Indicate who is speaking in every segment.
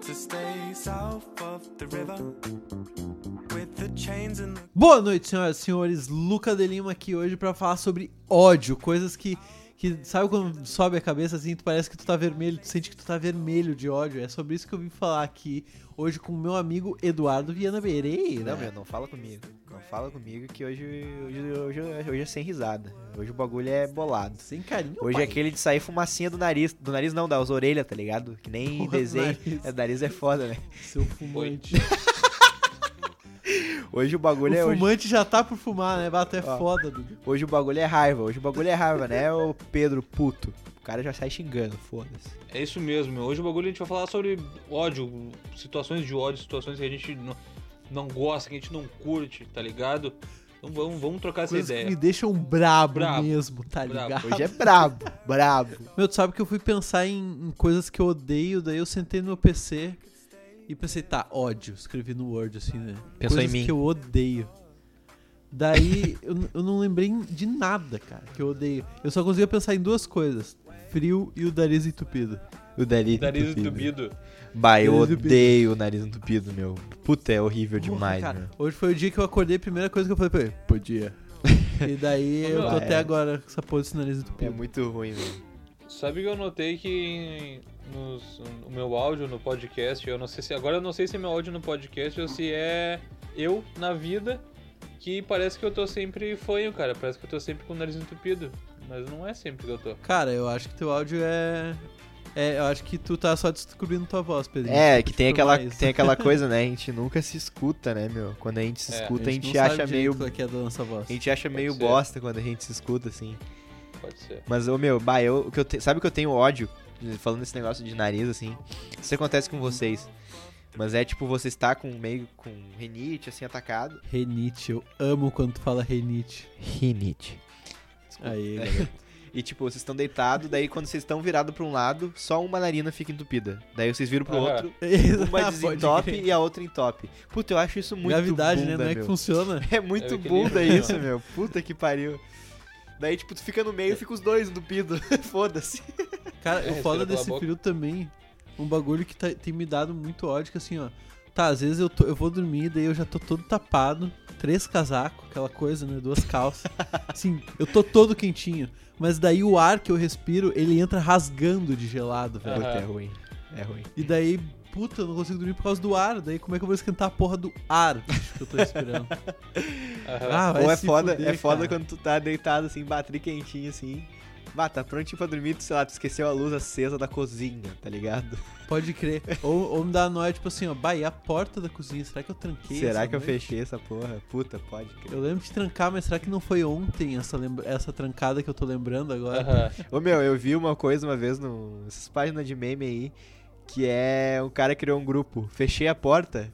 Speaker 1: to stay south of the river with the chains and the
Speaker 2: Boa noite, senhoras e senhores. Luca de Lima aqui hoje pra falar sobre ódio, coisas que que sabe quando sobe a cabeça assim, tu parece que tu tá vermelho, tu sente que tu tá vermelho de ódio. É sobre isso que eu vim falar aqui hoje com o meu amigo Eduardo Viana Pereira.
Speaker 3: Não, meu, não fala comigo. Não fala comigo que hoje, hoje, hoje, hoje é sem risada. Hoje o bagulho é bolado.
Speaker 2: Sem carinho.
Speaker 3: Hoje é
Speaker 2: pai.
Speaker 3: aquele de sair fumacinha do nariz. Do nariz não, das orelhas, tá ligado? Que nem
Speaker 2: Porra, do
Speaker 3: desenho.
Speaker 2: nariz.
Speaker 3: É, nariz é foda, né?
Speaker 2: seu fumante.
Speaker 3: Hoje o bagulho é
Speaker 2: o
Speaker 3: hoje.
Speaker 2: fumante já tá por fumar, né? Bato é
Speaker 3: Ó.
Speaker 2: foda, Dudu.
Speaker 3: Hoje o bagulho é raiva. Hoje o bagulho é raiva, né, ô Pedro puto? O cara já sai xingando, foda-se.
Speaker 4: É isso mesmo, meu. Hoje o bagulho a gente vai falar sobre ódio, situações de ódio, situações que a gente não, não gosta, que a gente não curte, tá ligado? Então vamos, vamos trocar essa
Speaker 2: Coisas que me
Speaker 4: ideia.
Speaker 2: deixam brabo,
Speaker 4: Brabo.
Speaker 2: mesmo, tá
Speaker 4: Brabo.
Speaker 2: ligado?
Speaker 3: Hoje é brabo, brabo.
Speaker 2: Meu, tu sabe que eu fui pensar em, em coisas que eu odeio, daí eu sentei no meu PC e pensei, tá, ódio. Escrevi no Word, assim, né?
Speaker 3: Pensou em
Speaker 2: coisas
Speaker 3: mim.
Speaker 2: que eu odeio. Daí eu, n- eu não lembrei de nada, cara, que eu odeio. Eu só conseguia pensar em duas coisas: frio e o nariz entupido.
Speaker 3: O nariz,
Speaker 4: Nariz entubido.
Speaker 3: Bah, eu
Speaker 2: Nariz entupido.
Speaker 3: odeio o nariz entupido, meu. Puta, é horrível
Speaker 2: Porra,
Speaker 3: demais,
Speaker 2: cara,
Speaker 3: meu.
Speaker 2: Hoje foi o dia que eu acordei, a primeira coisa que eu falei pra ele: podia. e daí eu tô
Speaker 4: Vai.
Speaker 2: até agora com essa porra desse nariz
Speaker 3: É
Speaker 2: entupido.
Speaker 3: muito ruim, velho.
Speaker 4: Sabe que eu notei que nos- no meu áudio no podcast, eu não sei se. Agora eu não sei se é meu áudio no podcast ou se é eu na vida, que parece que eu tô sempre fanho, cara. Parece que eu tô sempre com o nariz entupido. Mas não é sempre que eu tô.
Speaker 2: Cara, eu acho que teu áudio é. É, eu acho que tu tá só descobrindo tua voz, Pedrinho.
Speaker 3: É, que
Speaker 2: Tipo,
Speaker 3: tem aquela,
Speaker 2: mais.
Speaker 3: tem aquela coisa, né? A gente nunca se escuta, né, meu? Quando a gente se
Speaker 4: É, a
Speaker 3: escuta, a gente,
Speaker 2: não sabe
Speaker 3: acha
Speaker 2: direito
Speaker 3: meio.
Speaker 2: qual é que é da nossa voz.
Speaker 3: A gente acha meio
Speaker 4: ser.
Speaker 3: bosta quando a gente se escuta, assim.
Speaker 4: Pode ser.
Speaker 3: Mas, ô meu, bah, eu, o que eu te- sabe que eu tenho ódio falando esse negócio de nariz, assim. Isso acontece com vocês. Mas é tipo, você está com meio com renite, assim, atacado.
Speaker 2: Renite, eu amo quando tu fala renite.
Speaker 3: Renite.
Speaker 2: Aí, galera.
Speaker 3: E tipo, vocês estão deitados, daí quando vocês estão virados pra um lado, só uma narina fica entupida. Daí vocês viram pro
Speaker 4: Ah,
Speaker 3: outro,
Speaker 2: Ah,
Speaker 3: uma
Speaker 2: pode
Speaker 3: desentope
Speaker 2: crer.
Speaker 3: e a outra entope. Puta, eu acho isso muito
Speaker 2: Gravidade, né?
Speaker 3: bunda,
Speaker 2: Não é que
Speaker 3: meu.
Speaker 2: funciona.
Speaker 3: É muito
Speaker 4: É o equilíbrio,
Speaker 3: bunda
Speaker 4: né?
Speaker 3: isso, meu. Puta que pariu. Daí, tipo, tu fica no meio e fica os dois entupidos. Foda-se.
Speaker 2: Cara,
Speaker 4: É,
Speaker 2: eu falo
Speaker 4: respira pela
Speaker 2: desse
Speaker 4: boca.
Speaker 2: período também. Um bagulho que tá- tem me dado muito ódio, que assim, ó. Tá, às vezes eu, tô- eu vou dormir, daí eu já tô todo tapado, três casacos, aquela coisa, né? Duas calças. Assim, eu tô todo quentinho. Mas daí o ar que eu respiro, ele entra rasgando de gelado, velho.
Speaker 4: Aham.
Speaker 3: ruim. É ruim.
Speaker 2: E daí, puta, eu não consigo dormir por causa do ar. Daí como é que eu vou esquentar a porra do ar bicho, que eu tô respirando?
Speaker 4: Aham.
Speaker 2: Ah, vai
Speaker 3: Ou é
Speaker 2: se
Speaker 3: foda,
Speaker 2: fuder,
Speaker 3: é foda
Speaker 2: cara.
Speaker 3: quando tu tá deitado assim, batri quentinho assim. Bah, tá prontinho pra dormir, tu, sei lá, tu esqueceu a luz acesa da cozinha, tá ligado?
Speaker 2: Pode crer. Ou, ou me dá nóia, tipo assim, ó, bah, e a porta da cozinha, será que eu tranquei?
Speaker 3: Será
Speaker 2: essa
Speaker 3: que eu
Speaker 2: noite?
Speaker 3: fechei essa porra? Puta, pode crer.
Speaker 2: Eu lembro de trancar, mas será que não foi ontem essa, lembra- essa trancada que eu tô lembrando agora?
Speaker 4: Aham.
Speaker 3: Ô meu, eu vi uma coisa uma vez no- nessas páginas de meme aí, que é um cara criou um grupo, fechei a porta.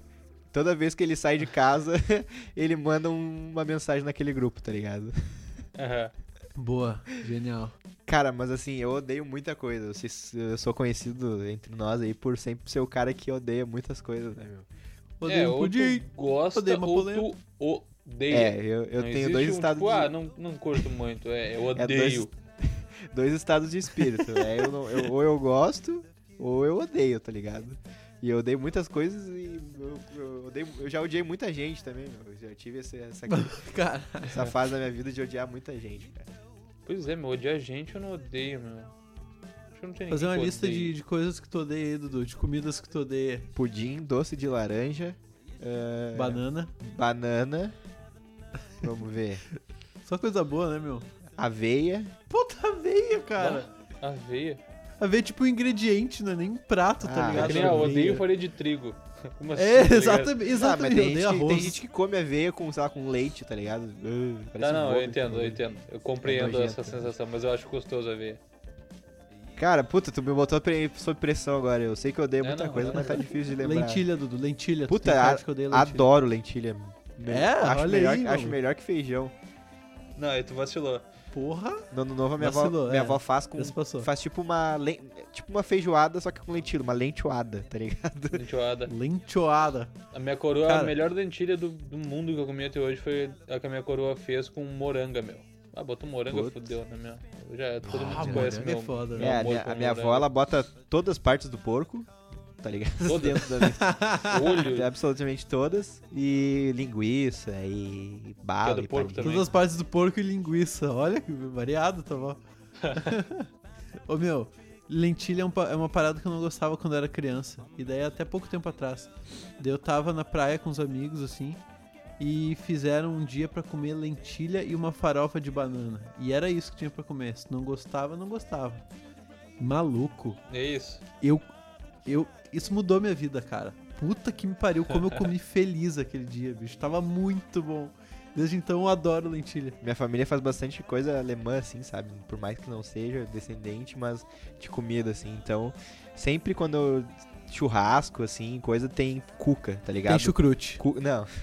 Speaker 3: Toda vez que ele sai de casa, ele manda um- uma mensagem naquele grupo, tá ligado?
Speaker 4: Aham.
Speaker 2: Boa, genial.
Speaker 3: Cara, mas assim, eu odeio muita coisa. Eu, se- eu sou conhecido entre nós aí por sempre ser o cara que odeia muitas coisas, né, meu?
Speaker 2: Odeio
Speaker 4: é,
Speaker 2: um
Speaker 4: ou
Speaker 2: pudim.
Speaker 4: tu gosta
Speaker 2: odeio uma
Speaker 4: ou
Speaker 2: polenta.
Speaker 4: tu odeia.
Speaker 3: É, eu, eu
Speaker 4: Não
Speaker 3: tenho
Speaker 4: existe
Speaker 3: dois
Speaker 4: um
Speaker 3: estados
Speaker 4: Tipo, ah,
Speaker 3: de,
Speaker 4: não, não curto muito, é, eu
Speaker 3: É dois-
Speaker 4: odeio.
Speaker 3: dois estados de espírito, né? Eu não- eu- ou eu gosto, ou eu odeio, tá ligado? E eu odeio muitas coisas e eu, eu odeio- eu já odiei muita gente também, meu. Eu já tive essa, essa,
Speaker 2: Cara,
Speaker 3: essa fase da minha vida de odiar muita gente, cara.
Speaker 4: Pois é, meu, odiar gente eu não odeio, meu. Acho que não tem
Speaker 2: fazer uma
Speaker 4: ninguém que
Speaker 2: lista de,
Speaker 4: odeie.
Speaker 2: de coisas que tu odeia aí, Dudu. De comidas que tu odeia.
Speaker 3: Pudim, doce de laranja, eh,
Speaker 2: Banana.
Speaker 3: banana, vamos ver,
Speaker 2: Só coisa boa, né, meu?
Speaker 3: aveia. Ah,
Speaker 2: Puta veia, cara.
Speaker 4: Ah, Aveia.
Speaker 2: Aveia é tipo um ingrediente, não é nem um prato, tá
Speaker 3: Ah,
Speaker 4: É
Speaker 2: ligado?
Speaker 4: que nem, ah,
Speaker 2: Aveia.
Speaker 4: odeio farinha de trigo. Como assim, tá
Speaker 2: É,
Speaker 4: ligado?
Speaker 2: exatamente,
Speaker 3: Ah, mas
Speaker 2: exatamente.
Speaker 3: tem
Speaker 2: odeio
Speaker 3: gente, que,
Speaker 2: arroz.
Speaker 3: tem gente que come aveia com, sei lá, com leite, tá ligado? Uh,
Speaker 4: Tá,
Speaker 3: parece
Speaker 4: não, eu
Speaker 3: vômito.
Speaker 4: entendo, eu entendo. Eu compreendo
Speaker 3: É
Speaker 4: essa
Speaker 3: nojento.
Speaker 4: sensação, mas eu acho gostoso a ver.
Speaker 3: Cara, puta, tu me botou pre- sob pressão agora. Eu sei que eu odeio
Speaker 4: É,
Speaker 3: muita
Speaker 4: não,
Speaker 3: coisa,
Speaker 4: é.
Speaker 3: mas tá difícil de lembrar.
Speaker 2: Lentilha, Dudu, lentilha. Tu
Speaker 3: Puta,
Speaker 2: tem cara
Speaker 3: a-
Speaker 2: de que odeia lentilha.
Speaker 3: Adoro lentilha. Me-
Speaker 2: É?
Speaker 3: acho,
Speaker 2: Olha
Speaker 3: melhor,
Speaker 2: aí,
Speaker 3: acho
Speaker 2: mano.
Speaker 3: melhor que feijão.
Speaker 4: Não, aí tu vacilou.
Speaker 2: Porra,
Speaker 3: No ano novo, a minha,
Speaker 2: Vacilou,
Speaker 3: avó, minha
Speaker 2: é.
Speaker 3: avó faz com.
Speaker 2: essa passou.
Speaker 3: Faz tipo uma, len- tipo uma feijoada, só que com lentilha, uma lentilhada, tá ligado?
Speaker 4: Dentilhada.
Speaker 2: Lentilhada.
Speaker 4: A minha coroa,
Speaker 2: Cara.
Speaker 4: a melhor dentilha do, do mundo que eu comi até hoje foi a que a minha coroa fez com moranga, meu. Ah, botou moranga,
Speaker 3: Putz.
Speaker 4: fudeu, né, meu? Eu Já, todo
Speaker 2: Ah,
Speaker 4: mundo conhece
Speaker 2: moranga é
Speaker 4: meu.
Speaker 2: foda,
Speaker 4: meu
Speaker 2: né?
Speaker 3: É, a
Speaker 4: amor
Speaker 3: minha,
Speaker 4: por
Speaker 3: a minha
Speaker 4: moranga.
Speaker 3: avó, ela bota todas as partes do porco, tá ligado?
Speaker 4: Todas.
Speaker 3: Dentro da mesa.
Speaker 4: Olho.
Speaker 3: Absolutamente todas. E linguiça, e
Speaker 4: Que é
Speaker 3: bala,
Speaker 4: do
Speaker 3: e
Speaker 4: porco
Speaker 3: palito.
Speaker 4: também.
Speaker 2: Todas as partes do porco e linguiça. Olha que variado, tá bom. Ô meu, lentilha é, um pa- é uma parada que eu não gostava quando era criança. E daí até pouco tempo atrás. Daí eu tava na praia com os amigos, assim, e fizeram um dia pra comer lentilha e uma farofa de banana. E era isso que tinha pra comer. Se não gostava, não gostava. Maluco.
Speaker 4: É isso.
Speaker 2: Eu. Eu. Isso mudou minha vida, cara. Puta que me pariu, como eu comi feliz aquele dia, bicho. Tava muito bom. Desde então eu adoro lentilha.
Speaker 3: Minha família faz bastante coisa alemã, assim, sabe? Por mais que não seja descendente, mas de comida, assim. Então, sempre quando eu- churrasco, assim, coisa, tem cuca, tá ligado?
Speaker 2: Tem chucrute.
Speaker 3: Cu- Não.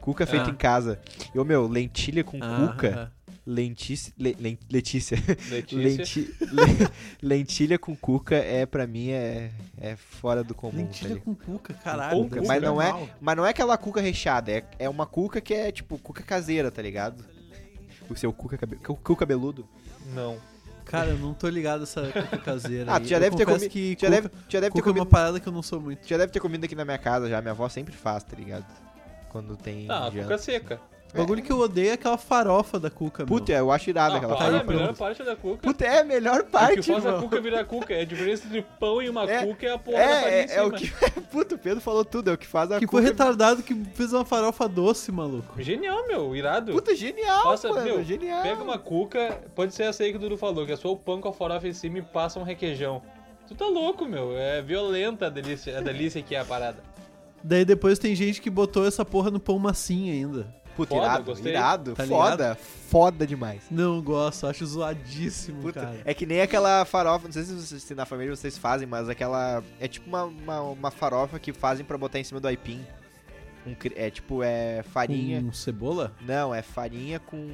Speaker 3: Cuca feita
Speaker 4: Ah.
Speaker 3: em casa. E, ô, meu, lentilha com
Speaker 2: Ah,
Speaker 3: cuca,
Speaker 2: ah.
Speaker 3: lentícia... le- len- Letícia.
Speaker 4: Letícia.
Speaker 3: Lenti- le- lentilha com cuca é, pra mim, é, é fora do comum.
Speaker 2: Lentilha
Speaker 3: tá ligado?
Speaker 2: com cuca, caralho.
Speaker 4: cuca,
Speaker 2: deve
Speaker 4: mas
Speaker 2: ser
Speaker 3: não é-
Speaker 2: mal.
Speaker 3: Mas não é aquela cuca recheada, é, é uma cuca que é, tipo, cuca caseira, tá ligado? O seu cuca, cabe... cu- cu cabeludo.
Speaker 4: Não.
Speaker 2: Cara, eu não tô ligado essa cuca caseira.
Speaker 3: Ah,
Speaker 2: aí.
Speaker 3: tu já
Speaker 2: Eu
Speaker 3: deve ter
Speaker 2: confesso
Speaker 3: comido-
Speaker 2: que
Speaker 3: Já
Speaker 2: cuca,
Speaker 3: deve, já deve ter
Speaker 2: cuca é
Speaker 3: comido
Speaker 2: uma parada que eu não sou muito.
Speaker 3: Já deve ter comido aqui na minha casa já. Minha avó sempre faz, tá ligado? Quando tem.
Speaker 4: Ah,
Speaker 3: janta.
Speaker 4: cuca seca.
Speaker 2: O bagulho que eu odeio é aquela farofa da cuca,
Speaker 3: Puta,
Speaker 2: meu.
Speaker 3: eu acho irado
Speaker 4: Ah,
Speaker 3: aquela
Speaker 4: para,
Speaker 2: aí,
Speaker 4: a
Speaker 3: farofa.
Speaker 4: melhor
Speaker 2: pronto.
Speaker 4: parte da cuca.
Speaker 3: Puta, é a melhor
Speaker 4: o que
Speaker 3: parte,
Speaker 4: faz a
Speaker 3: mano.
Speaker 4: cuca virar cuca. É a diferença entre pão e uma
Speaker 3: É,
Speaker 4: cuca é a porra da farinha
Speaker 3: É,
Speaker 4: em
Speaker 3: é, é o
Speaker 4: cima.
Speaker 3: que. Puta, o Pedro falou tudo. É o que faz a
Speaker 2: Que
Speaker 3: cuca.
Speaker 2: foi retardado que fez uma farofa doce, maluco.
Speaker 4: Genial, meu. Irado.
Speaker 3: Puta, genial,
Speaker 4: Passa,
Speaker 3: mano.
Speaker 4: meu,
Speaker 3: genial.
Speaker 4: Pega uma cuca, pode ser essa aí que o Dudu falou, que é só o pão com a farofa em cima e passa um requeijão. Tu tá louco, meu. É violenta a delícia, a delícia que é a parada.
Speaker 2: Daí depois tem gente que botou essa porra no pão massinha ainda.
Speaker 3: Puta,
Speaker 4: Foda,
Speaker 3: irado,
Speaker 4: gostei.
Speaker 3: irado.
Speaker 2: Tá
Speaker 3: foda, foda demais.
Speaker 2: Não gosto, acho zoadíssimo,
Speaker 3: Puta,
Speaker 2: cara.
Speaker 3: é que nem aquela farofa, não sei se, vocês- se na família vocês fazem, mas aquela. É tipo uma, uma, uma farofa que fazem pra botar em cima do aipim. Um cri- é tipo, é farinha.
Speaker 2: Com cebola?
Speaker 3: Não, é farinha com,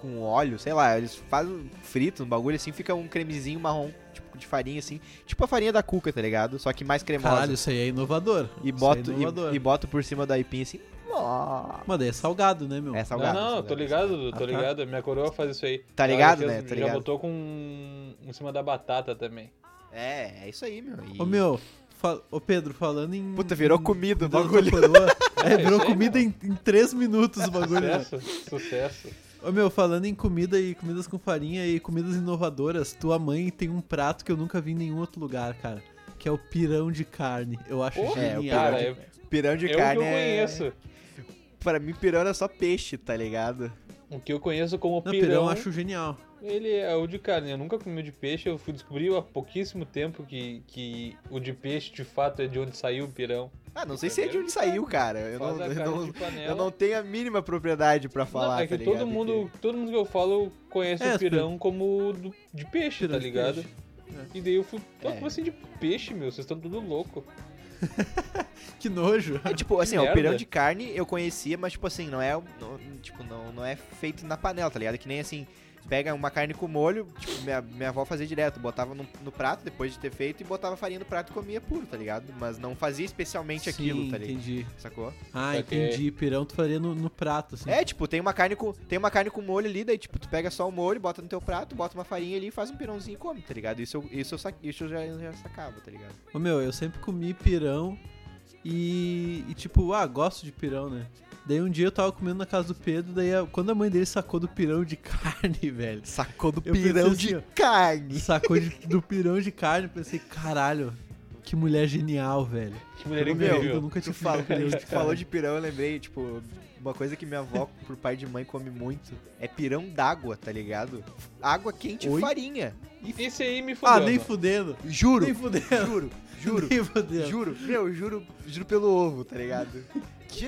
Speaker 3: com óleo, sei lá. Eles fazem frito um bagulho assim, fica um cremezinho marrom, tipo de farinha assim. Tipo a farinha da cuca, tá ligado? Só que mais cremosa.
Speaker 2: Caralho, isso aí é inovador.
Speaker 3: e,
Speaker 2: Isso
Speaker 3: boto,
Speaker 2: aí é inovador.
Speaker 3: e, e boto por cima da aipim assim. Nossa.
Speaker 2: Mas daí é salgado, né, meu?
Speaker 3: É salgado.
Speaker 4: não, não,
Speaker 3: salgado.
Speaker 4: tô ligado, Dudu, tô
Speaker 2: Ah, tá.
Speaker 4: ligado. Minha coroa faz isso aí.
Speaker 3: Tá
Speaker 4: Ela
Speaker 3: ligado,
Speaker 4: já
Speaker 3: né?
Speaker 4: fez-
Speaker 3: Tá
Speaker 4: já
Speaker 3: ligado.
Speaker 4: botou com um em cima da batata também.
Speaker 3: É, é isso aí, meu. E-
Speaker 2: Ô, meu, fa- ô Pedro, falando em...
Speaker 3: Puta, virou
Speaker 2: em-
Speaker 3: comida o
Speaker 2: Deus da
Speaker 3: bagulho.
Speaker 2: Coroa, é,
Speaker 4: isso
Speaker 2: virou
Speaker 4: aí,
Speaker 2: comida em, em três minutos o bagulho. né?
Speaker 4: Sucesso, sucesso.
Speaker 2: Ô, meu, falando em comida e comidas com farinha e comidas inovadoras, tua mãe tem um prato que eu nunca vi em nenhum outro lugar, cara. Que é o pirão de carne. Eu acho
Speaker 4: Ô,
Speaker 3: É, o
Speaker 2: genial.
Speaker 4: Cara, é,
Speaker 3: pirão Pirão de
Speaker 4: é o que
Speaker 3: carne
Speaker 4: eu
Speaker 3: é-
Speaker 4: conheço.
Speaker 3: Pra mim, pirão é só peixe, tá ligado?
Speaker 4: O que eu conheço como
Speaker 2: Não,
Speaker 4: pirão,
Speaker 2: pirão eu acho genial.
Speaker 4: ele é o de carne. Eu nunca comi o de peixe, eu fui descobrir há pouquíssimo tempo que, que o de peixe de fato é de onde saiu o pirão.
Speaker 3: Ah, não sei se é de onde saiu, cara. Eu
Speaker 4: Faz
Speaker 3: não,
Speaker 4: a
Speaker 3: eu
Speaker 4: carne
Speaker 3: não-
Speaker 4: de panela.
Speaker 3: eu não tenho a mínima propriedade pra falar,
Speaker 4: é Não, é que
Speaker 3: tá ligado?
Speaker 4: todo mundo, todo mundo que eu falo conhece
Speaker 2: É,
Speaker 4: o pirão como do- de peixe,
Speaker 2: Pirão
Speaker 4: tá
Speaker 2: de
Speaker 4: ligado?
Speaker 2: peixe.
Speaker 4: E daí eu fui, pô,
Speaker 3: É.
Speaker 4: como assim de peixe, meu? Vocês estão tudo louco.
Speaker 2: Que nojo.
Speaker 3: É tipo, assim, ó, o
Speaker 4: merda.
Speaker 3: pirão de carne eu conhecia, mas tipo assim, não é, não- tipo, não, não é feito na panela, tá ligado? Que nem assim, pega uma carne com molho, tipo, minha, minha avó fazia direto, botava no, no prato depois de ter feito e botava farinha no prato e comia puro, tá ligado? Mas não fazia especialmente aquilo,
Speaker 2: Sim,
Speaker 3: tá ligado?
Speaker 2: entendi.
Speaker 3: Sacou?
Speaker 2: Ah,
Speaker 4: Saquei.
Speaker 2: entendi. Pirão tu faria no, no prato, assim.
Speaker 3: É, tipo, tem uma carne com tem uma carne com molho ali, daí tipo, tu pega só o molho, bota no teu prato, bota uma farinha ali, faz um pirãozinho e come, tá ligado? Isso eu, isso eu, sa- isso eu já, já sacava, tá ligado?
Speaker 2: Ô, meu, eu sempre comi pirão e, e, tipo, ah, gosto de pirão, né? Daí um dia eu tava comendo na casa do Pedro, daí a- quando a mãe dele sacou do pirão de carne, velho.
Speaker 3: Sacou do
Speaker 2: Eu pensei
Speaker 3: pirão
Speaker 2: assim,
Speaker 3: de
Speaker 2: ó.
Speaker 3: carne.
Speaker 2: Sacou de- do pirão de carne, eu pensei, caralho, que mulher genial, velho.
Speaker 4: Que mulher
Speaker 3: Meu,
Speaker 2: Eu
Speaker 4: incrível.
Speaker 2: nunca
Speaker 3: Tu
Speaker 2: tinha
Speaker 3: falou,
Speaker 2: comido pirão de
Speaker 3: tu
Speaker 2: carne.
Speaker 3: falou de pirão, eu lembrei, tipo, uma coisa que minha avó, por pai de mãe, come muito é pirão d'água, tá ligado? Água quente
Speaker 2: Oi?
Speaker 3: e farinha.
Speaker 4: Esse aí me fudeu.
Speaker 2: Ah, nem
Speaker 4: mano.
Speaker 2: fudendo.
Speaker 3: Juro,
Speaker 2: Nem fudendo.
Speaker 3: juro, juro,
Speaker 2: Nem fudendo.
Speaker 3: juro, meu, juro, juro pelo ovo, tá ligado?
Speaker 2: Coisa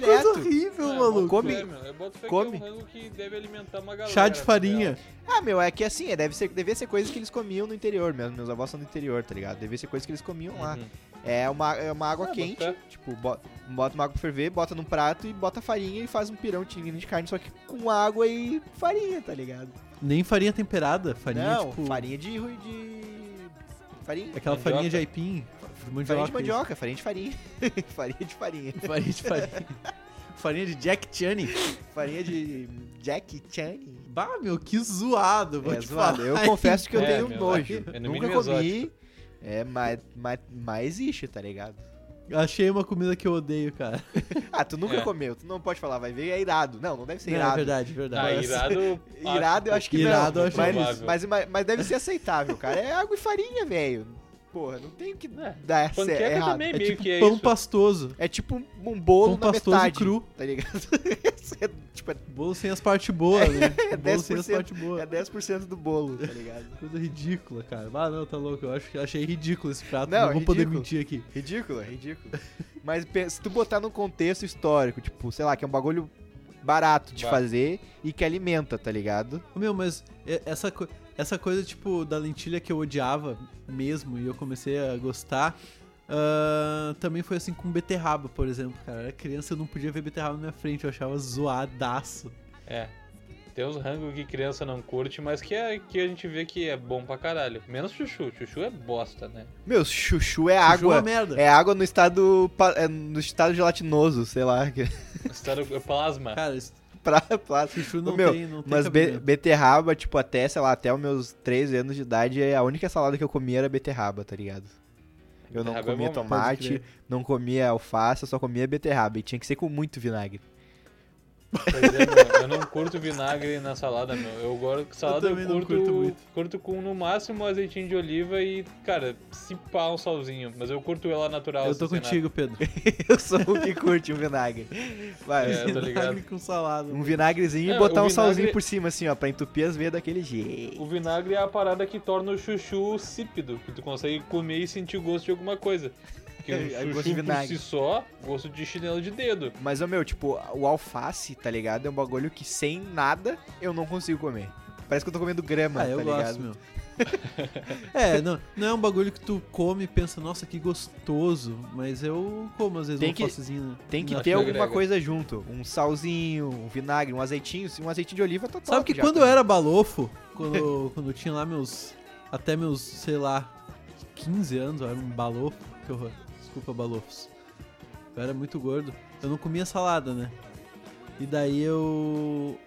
Speaker 3: Direto. É,
Speaker 2: horrível,
Speaker 4: Ah,
Speaker 2: maluco.
Speaker 4: boto fé,
Speaker 3: Come-
Speaker 4: meu. Eu boto fé
Speaker 3: come.
Speaker 4: que é um rango que deve alimentar uma galera. tá
Speaker 2: Chá de farinha.
Speaker 3: Ah, meu, é que assim, é, deve ser, devia ser coisa que eles comiam no interior, meus, meus avós são do interior, tá ligado? Devia ser coisa que eles comiam lá.
Speaker 4: Uhum.
Speaker 3: É uma, é uma água
Speaker 4: Ah,
Speaker 3: quente,
Speaker 4: boto
Speaker 3: tipo, bo- bota uma água pra ferver, bota num prato e bota farinha e faz um pirão tinguinho de carne, só que com água e farinha, tá ligado?
Speaker 2: Nem farinha temperada. Farinha,
Speaker 3: não,
Speaker 2: tipo. É
Speaker 3: farinha de, ru- de... Farinha?
Speaker 2: Aquela farinha de
Speaker 4: Mandioca.
Speaker 2: aipim. De mandioca.
Speaker 3: farinha de mandioca, farinha de farinha. farinha de farinha.
Speaker 2: isso. Farinha de farinha. farinha de Jack Channing.
Speaker 3: Farinha de Jack Chan.
Speaker 2: Bah, meu, que zoado. Vou
Speaker 3: É
Speaker 2: te
Speaker 3: zoado.
Speaker 2: falar,
Speaker 3: Eu
Speaker 2: hein,
Speaker 3: confesso que eu
Speaker 4: É,
Speaker 3: tenho
Speaker 4: meu,
Speaker 3: nojo.
Speaker 4: é no
Speaker 3: Nunca
Speaker 4: mínimo
Speaker 3: comi. É, mas, mas, mas existe, tá ligado?
Speaker 2: Achei uma comida que eu odeio, cara.
Speaker 3: Ah, tu nunca
Speaker 4: É.
Speaker 3: comeu, tu não pode falar, vai ver, é irado. Não, não deve ser
Speaker 2: Não,
Speaker 3: irado.
Speaker 2: é verdade, é
Speaker 4: Ah,
Speaker 2: verdade.
Speaker 4: irado.
Speaker 3: Irado eu acho que
Speaker 2: Irado,
Speaker 3: não.
Speaker 2: eu acho
Speaker 3: mas,
Speaker 4: provável.
Speaker 3: mas, mas, mas deve ser aceitável, cara. É água e farinha, velho. Porra, não tem o que
Speaker 4: É.
Speaker 3: dar cer-
Speaker 4: Panqueca
Speaker 3: errado.
Speaker 4: também
Speaker 2: é
Speaker 4: meio
Speaker 2: tipo
Speaker 4: que é
Speaker 2: pão
Speaker 4: isso.
Speaker 2: pastoso.
Speaker 3: É tipo um um bolo
Speaker 2: pão
Speaker 3: na
Speaker 2: pastoso
Speaker 3: metade,
Speaker 2: cru.
Speaker 3: tá ligado? é, tipo, é-
Speaker 2: Bolo sem as partes boas, né? Bolo sem as
Speaker 3: 10%.
Speaker 2: partes boas.
Speaker 3: é 10% do bolo, tá ligado?
Speaker 2: Coisa ridícula, cara. Ah, não, tá louco. Eu acho, achei ridículo esse prato.
Speaker 3: Não,
Speaker 2: Não,
Speaker 3: é
Speaker 2: vou poder
Speaker 3: ridículo.
Speaker 2: mentir aqui.
Speaker 3: Ridículo, é ridículo. Mas pe- se tu botar num contexto histórico, tipo, sei lá, que é um bagulho barato de
Speaker 4: Ba-
Speaker 3: fazer e que alimenta, tá ligado?
Speaker 2: Ô, Meu, mas é- essa, co- essa coisa, tipo, da lentilha que eu odiava mesmo e eu comecei a gostar, ah, também foi assim com beterraba, por exemplo, cara. Eu era criança, eu não podia ver beterraba na minha frente, eu achava zoadaço.
Speaker 4: É. Tem uns rangos que criança não curte, mas que, é, que a gente vê que é bom pra caralho. Menos chuchu. Chuchu é bosta, né?
Speaker 3: Meu, chuchu é
Speaker 2: Chuchu é uma
Speaker 3: água.
Speaker 2: merda.
Speaker 3: É água no estado pa- é no estado gelatinoso, sei lá, que
Speaker 4: Estado plasma.
Speaker 2: Cara, esse
Speaker 3: pra, pra
Speaker 2: chuchu
Speaker 3: É. Ô,
Speaker 2: não
Speaker 3: meu,
Speaker 2: tem, não tem
Speaker 3: Mas be-
Speaker 2: cabimento.
Speaker 3: beterraba, tipo, até, sei lá, até os meus 13 anos de idade, é a única salada que eu comia era beterraba, tá ligado? Eu não
Speaker 4: Beterraba é
Speaker 3: comia
Speaker 4: bom, né?
Speaker 2: Pode
Speaker 3: tomate,
Speaker 2: crer.
Speaker 3: não comia alface, eu só comia beterraba. E tinha que ser com muito vinagre.
Speaker 4: Pois é, meu, eu não curto vinagre na salada, meu. Eu gosto que salada eu,
Speaker 2: também não
Speaker 4: curto,
Speaker 2: curto
Speaker 4: curto,
Speaker 2: muito.
Speaker 4: com no máximo azeitinho de oliva e, cara, se pá um salzinho. Mas eu curto ela natural. assim,
Speaker 2: Eu tô
Speaker 4: sem
Speaker 2: contigo, Pedro.
Speaker 3: Eu sou o que curte um vinagre. Vai,
Speaker 4: É, eu tô ligado.
Speaker 2: Vinagre com salada.
Speaker 3: um vinagrezinho e
Speaker 4: É,
Speaker 3: botar
Speaker 4: o
Speaker 3: um salzinho
Speaker 4: vinagre-
Speaker 3: por cima, assim, ó, pra entupir as veias daquele
Speaker 4: nada.
Speaker 3: jeito.
Speaker 4: O vinagre é a parada que torna o chuchu sípido, que tu consegue comer e sentir o gosto de alguma coisa. Porque
Speaker 3: É, é gosto
Speaker 4: o
Speaker 3: de
Speaker 4: chuchu por
Speaker 3: vinagre.
Speaker 4: si só, gosto de chinelo de dedo.
Speaker 3: Mas, ô meu, tipo, o alface, tá ligado? É um bagulho que sem nada eu não consigo comer. Parece que eu tô comendo grama,
Speaker 2: Ah, eu
Speaker 3: tá
Speaker 2: gosto,
Speaker 3: ligado?
Speaker 2: meu. é, não, não é um bagulho que tu come e pensa, nossa, que gostoso. Mas eu como às vezes
Speaker 3: Tem
Speaker 2: um
Speaker 3: que-
Speaker 2: alfacezinho, né?
Speaker 3: Tem que
Speaker 2: Não,
Speaker 3: ter
Speaker 4: acho que
Speaker 3: alguma
Speaker 4: agrega.
Speaker 3: coisa junto. Um salzinho, um vinagre, um azeitinho. Um azeitinho de oliva tá top
Speaker 2: Sabe que
Speaker 3: já
Speaker 2: quando eu
Speaker 3: também.
Speaker 2: era balofo, quando, quando eu tinha lá meus. Até meus, sei lá, 15 anos, eu era um balofo. Que horror. Desculpa, balofos. Eu era muito gordo. Eu não comia salada, né? E daí eu.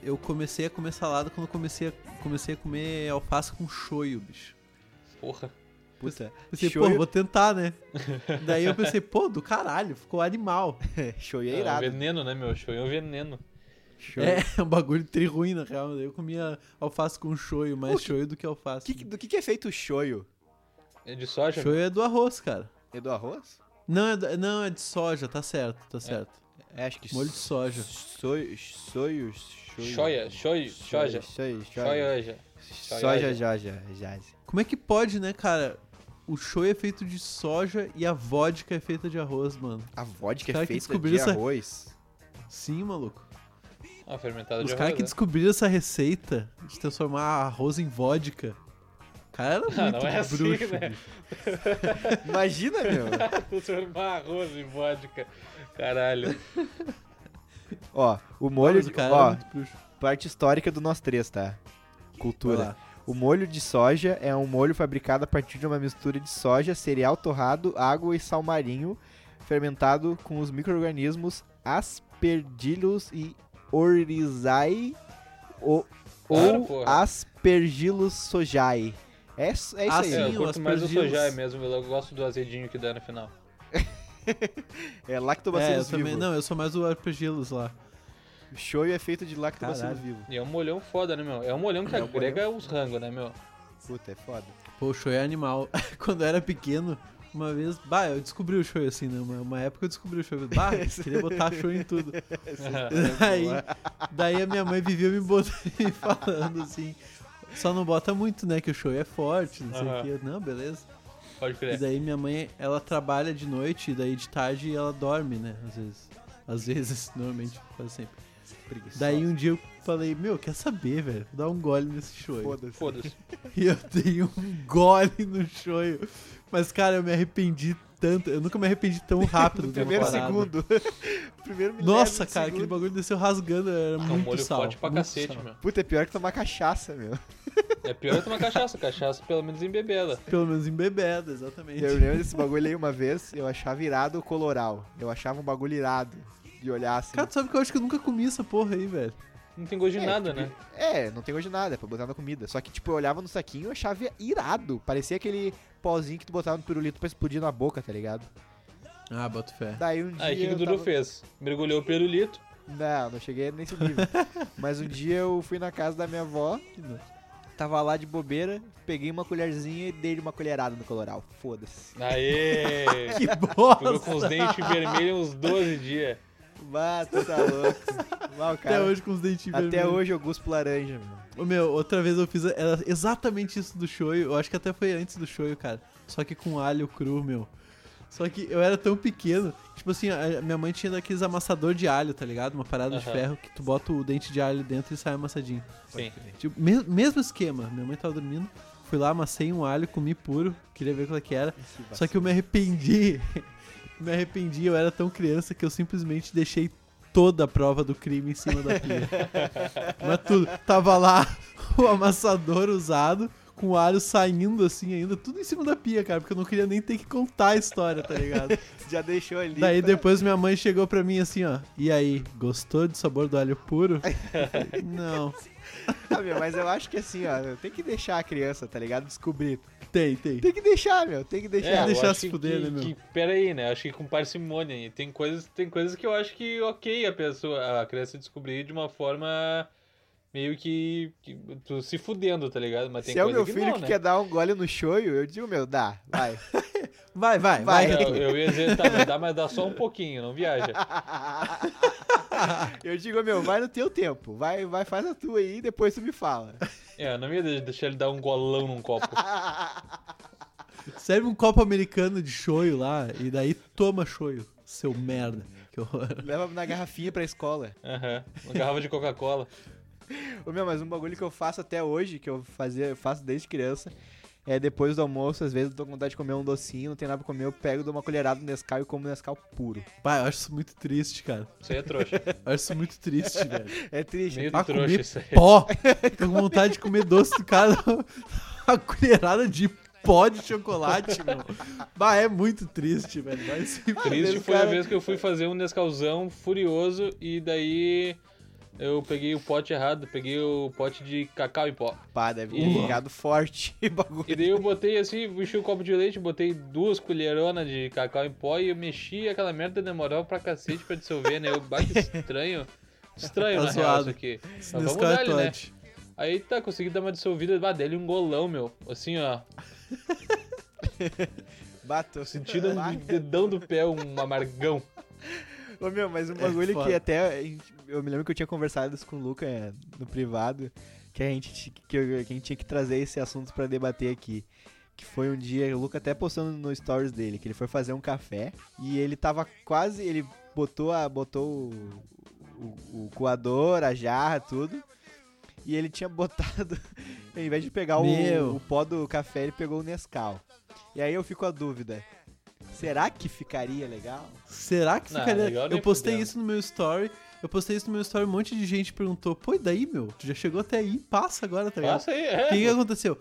Speaker 2: Eu comecei a comer salada quando eu comecei a, comecei a comer alface com shoyu, bicho.
Speaker 4: Porra.
Speaker 3: Puta,
Speaker 2: Pensei, pô,
Speaker 3: shoyu-
Speaker 2: vou tentar, né? daí eu pensei, pô, do caralho, ficou animal.
Speaker 3: shoyu é
Speaker 4: É um
Speaker 3: irado.
Speaker 4: veneno, né, meu? Show é um veneno.
Speaker 3: Shoyu.
Speaker 2: É, um bagulho tri ruim, na real. Daí eu comia alface com shoyu, mais
Speaker 3: O que-
Speaker 2: shoyu do que alface.
Speaker 3: Que- do que, que é feito o shoyu?
Speaker 4: É de soja?
Speaker 2: Shoyu é do arroz, cara.
Speaker 3: É do arroz?
Speaker 2: Não é, da- não, é de soja, tá certo, tá certo.
Speaker 3: É, acho que...
Speaker 2: Molho de soja.
Speaker 3: Soio, soio,
Speaker 4: Shoya, shoyu, soja.
Speaker 3: Soja,
Speaker 2: é
Speaker 3: soja.
Speaker 4: Shoya.
Speaker 3: Soja,
Speaker 4: Shoya.
Speaker 3: soja, jaz.
Speaker 2: Como é que pode, né, cara? O show é feito de soja e a vodka é feita de arroz, mano.
Speaker 3: A vodka
Speaker 2: Cara
Speaker 3: é
Speaker 2: que
Speaker 3: feita
Speaker 2: descobriu
Speaker 3: de
Speaker 2: essa-
Speaker 3: arroz.
Speaker 2: Sim, maluco.
Speaker 4: Ah, fermentada
Speaker 2: Os
Speaker 4: de
Speaker 2: caras
Speaker 4: arroz,
Speaker 2: que
Speaker 4: né?
Speaker 2: descobriram essa receita de transformar arroz em vodka. O cara era muito
Speaker 4: Ah, não é assim,
Speaker 2: bruxo.
Speaker 4: né?
Speaker 2: bicho.
Speaker 3: Imagina, meu.
Speaker 4: Transformar arroz em vodka. Caralho.
Speaker 3: Ó, o molho...
Speaker 2: Mas
Speaker 3: De,
Speaker 2: o cara era
Speaker 3: ó,
Speaker 2: muito bruxo.
Speaker 3: parte histórica do nós três, tá?
Speaker 2: Vai
Speaker 3: Cultura.
Speaker 2: lá.
Speaker 3: O molho de soja é um molho fabricado a partir de uma mistura de soja, cereal torrado, água e sal marinho, fermentado com os micro-organismos aspergillus e orizae ou,
Speaker 4: Claro,
Speaker 3: ou
Speaker 4: porra.
Speaker 3: aspergillus sojae. É, s- é isso
Speaker 2: Ah,
Speaker 3: aí.
Speaker 2: sim,
Speaker 4: é, eu
Speaker 2: o
Speaker 4: curto mais o
Speaker 2: aspergillus.
Speaker 4: sojai mesmo, eu gosto do azedinho que dá no final.
Speaker 3: É
Speaker 2: É, eu
Speaker 3: lactobacillus
Speaker 2: também.
Speaker 3: vivo.
Speaker 2: Não, eu sou mais o arpegilos lá.
Speaker 3: Shoyu é feito de lactobacillus vivo.
Speaker 4: E é um molhão foda, né, meu? É um molhão que
Speaker 3: É um
Speaker 4: agrega os rangos, né, meu?
Speaker 3: Puta, é foda.
Speaker 2: Pô, o show é animal. Quando eu era pequeno, uma vez. Bah, eu descobri o show assim, né? Uma, uma época eu descobri o show. Bah, eu queria botar show em tudo. Daí, daí a minha mãe vivia me, bot... me falando assim. Só não bota muito, né? Que o show é forte, não sei o
Speaker 4: Aham. É.
Speaker 2: quê. Eu, Não, beleza.
Speaker 4: Pode
Speaker 2: E
Speaker 4: crer.
Speaker 2: daí minha mãe, ela trabalha de noite, e daí de tarde ela dorme, né? Às vezes. Às vezes, normalmente, quase sempre. Daí um dia eu falei, meu, quer saber, velho? Vou dar um gole nesse show. aí."
Speaker 3: Foda-se.
Speaker 4: Foda-se. É
Speaker 2: E eu dei um gole no shoyu. Mas, cara, eu me arrependi tanto. Eu nunca me arrependi tão rápido. de uma
Speaker 3: Primeiro
Speaker 2: parada.
Speaker 3: segundo. Primeiro milésimo
Speaker 2: né? Nossa,
Speaker 3: de
Speaker 2: cara,
Speaker 3: segundo.
Speaker 2: aquele bagulho desceu rasgando. Era
Speaker 4: É um
Speaker 2: muito
Speaker 4: molho
Speaker 2: sal.
Speaker 4: forte pra
Speaker 2: muito
Speaker 4: cacete,
Speaker 2: sal.
Speaker 4: meu.
Speaker 3: Puta, é pior que tomar cachaça, meu.
Speaker 4: É pior que uma cachaça. Cachaça, pelo menos, embebeda.
Speaker 2: Pelo menos em bebeda, exatamente.
Speaker 3: Eu lembro desse bagulho aí uma vez, eu achava irado o coloral. Eu achava um bagulho irado de olhar assim.
Speaker 2: Cara, tu sabe que eu acho que eu nunca comi essa porra aí, velho.
Speaker 4: Não tem gosto de
Speaker 3: É,
Speaker 4: nada,
Speaker 3: tipo,
Speaker 4: né?
Speaker 3: É, não tem gosto de nada, é pra botar na comida. Só que, tipo, eu olhava no saquinho e achava irado. Parecia aquele pozinho que tu botava no pirulito pra explodir na boca, tá ligado?
Speaker 2: Ah, boto fé.
Speaker 3: Daí um dia.
Speaker 4: Aí o é que, que
Speaker 3: eu
Speaker 4: o Dudu
Speaker 3: tava-
Speaker 4: fez? Mergulhou o pirulito.
Speaker 3: Não, não cheguei nesse nível. Mas um dia eu fui na casa da minha avó, tava lá de bobeira, peguei uma colherzinha e dei uma colherada no coloral. Foda-se.
Speaker 4: Aê!
Speaker 2: Que
Speaker 4: Ficou com os
Speaker 2: bosta!
Speaker 4: dentes vermelhos uns 12 dias.
Speaker 3: Bah, tu tá louco. Bah, o cara-
Speaker 2: Até hoje com os dentinhos
Speaker 3: Até
Speaker 2: vermelhos.
Speaker 3: hoje eu guspo laranja, mano.
Speaker 2: Ô, Meu, outra vez eu fiz era exatamente isso do shoyu. Eu acho que até foi antes do shoyu, cara. Só que com alho cru, meu. Só que eu era tão pequeno. Tipo assim, a a minha mãe tinha daqueles amassador de alho, tá ligado? Uma parada de
Speaker 4: Aham.
Speaker 2: ferro que tu bota o dente de alho dentro e sai amassadinho.
Speaker 4: Sim.
Speaker 2: Tipo, mes- mesmo esquema. Minha mãe tava dormindo. Fui lá, amassei um alho, comi puro. Queria ver qual é que era. Só que eu me arrependi. me arrependi, eu era tão criança que eu simplesmente deixei toda a prova do crime em cima da pia. Mas tudo. Tava lá o amassador usado, com o alho saindo assim ainda, tudo em cima da pia, cara, porque eu não queria nem ter que contar a história, tá ligado?
Speaker 3: já deixou ali.
Speaker 2: Daí
Speaker 3: pra-
Speaker 2: depois minha mãe chegou pra mim assim, ó. E aí, gostou do sabor do alho puro? Eu falei, não.
Speaker 3: Ah, meu, mas eu acho que assim, ó, tem que deixar a criança, tá ligado? Descobrir.
Speaker 2: Tem, tem.
Speaker 3: Tem que deixar, meu, tem que
Speaker 4: É, eu
Speaker 3: deixar.
Speaker 2: deixar
Speaker 4: acho
Speaker 2: se fuder,
Speaker 4: que,
Speaker 2: né, meu?
Speaker 4: Que, pera aí, né? Acho que com parcimônia. E tem coisas, tem coisas que eu acho que ok a pessoa, a criança descobrir de uma forma meio que, que tu se fudendo, tá ligado? Mas tem
Speaker 3: Se é o
Speaker 4: coisa
Speaker 3: meu
Speaker 4: que
Speaker 3: filho
Speaker 4: não,
Speaker 3: que
Speaker 4: né?
Speaker 3: quer dar um gole no shoyu, eu digo, meu, dá, vai.
Speaker 2: Vai, vai,
Speaker 3: Vai.
Speaker 2: vai.
Speaker 4: Não, eu ia dizer, tá, mas dá, mas dá só um pouquinho, não viaja.
Speaker 3: eu digo, meu, vai no teu tempo. Vai, vai, faz a tua aí e depois tu me fala.
Speaker 4: É, eu não ia de- deixar ele dar um golão num copo.
Speaker 2: Serve um copo americano de shoyu lá e daí toma shoyu, seu merda. Que horror.
Speaker 3: Leva na garrafinha pra escola.
Speaker 4: Aham. Uma garrafa de Coca-Cola.
Speaker 3: Ô, meu, mas um bagulho que eu faço até hoje, que eu fazia, eu faço desde criança, é depois do almoço, às vezes eu tô com vontade de comer um docinho, não tem nada pra comer, eu pego, dou uma colherada no Nescau e como Nescau puro.
Speaker 2: Pai, eu acho isso muito triste, cara.
Speaker 4: Isso aí é trouxa.
Speaker 2: Eu acho isso muito triste, velho.
Speaker 3: É triste.
Speaker 4: Meio
Speaker 2: Pra
Speaker 4: trouxa
Speaker 2: comer
Speaker 4: isso aí.
Speaker 2: Pó! Tô com vontade de comer doce do cara. A colherada de pó de chocolate, meu. Bah, é muito triste, velho. Vai se
Speaker 4: Triste
Speaker 3: Ele,
Speaker 4: foi
Speaker 3: cara-
Speaker 4: a vez que eu fui fazer um Nescauzão furioso e daí eu peguei o pote errado, peguei o pote de cacau em pó.
Speaker 3: Pá, deve ter
Speaker 4: Ua.
Speaker 3: ligado forte o bagulho.
Speaker 4: E daí eu botei assim, enchi o copo de leite, botei duas colheronas de cacau em pó e eu mexi e aquela merda demorava pra cacete pra dissolver, né? Eu bato estranho. Estranho,
Speaker 2: Tá
Speaker 4: na real,
Speaker 2: zoado. é
Speaker 4: isso aqui. Mas vamos
Speaker 2: descar
Speaker 4: dar né? Aí tá, consegui dar uma dissolvida, bah, dele um golão, meu. Assim, ó,
Speaker 3: Bateu.
Speaker 4: sentido um dedão do pé, um amargão.
Speaker 3: Ô meu, mas um bagulho que
Speaker 2: É foda.
Speaker 3: até. a gente- Eu me lembro que eu tinha conversado isso com o Luca é, no privado, que a gente, ti- que, eu- que a gente tinha que trazer esse assunto pra debater aqui. Que foi um dia, o Luca até postou no stories dele, que ele foi fazer um café e ele tava quase. Ele botou a. botou o, o, o coador, a jarra, tudo. E ele tinha botado. ao invés de pegar
Speaker 2: Meu.
Speaker 3: o, o pó do café, ele pegou o Nescau. E aí eu fico com a dúvida. Será que ficaria legal?
Speaker 2: Será que
Speaker 4: Não,
Speaker 2: ficaria.
Speaker 4: legal nem
Speaker 2: eu postei
Speaker 4: fudendo.
Speaker 2: isso no meu story. Eu postei isso no meu story, um monte de gente perguntou, pô, e daí, meu? Tu já chegou até aí, passa agora, tá ligado?
Speaker 4: Nossa, aí,
Speaker 2: O
Speaker 4: é.
Speaker 2: que, que aconteceu?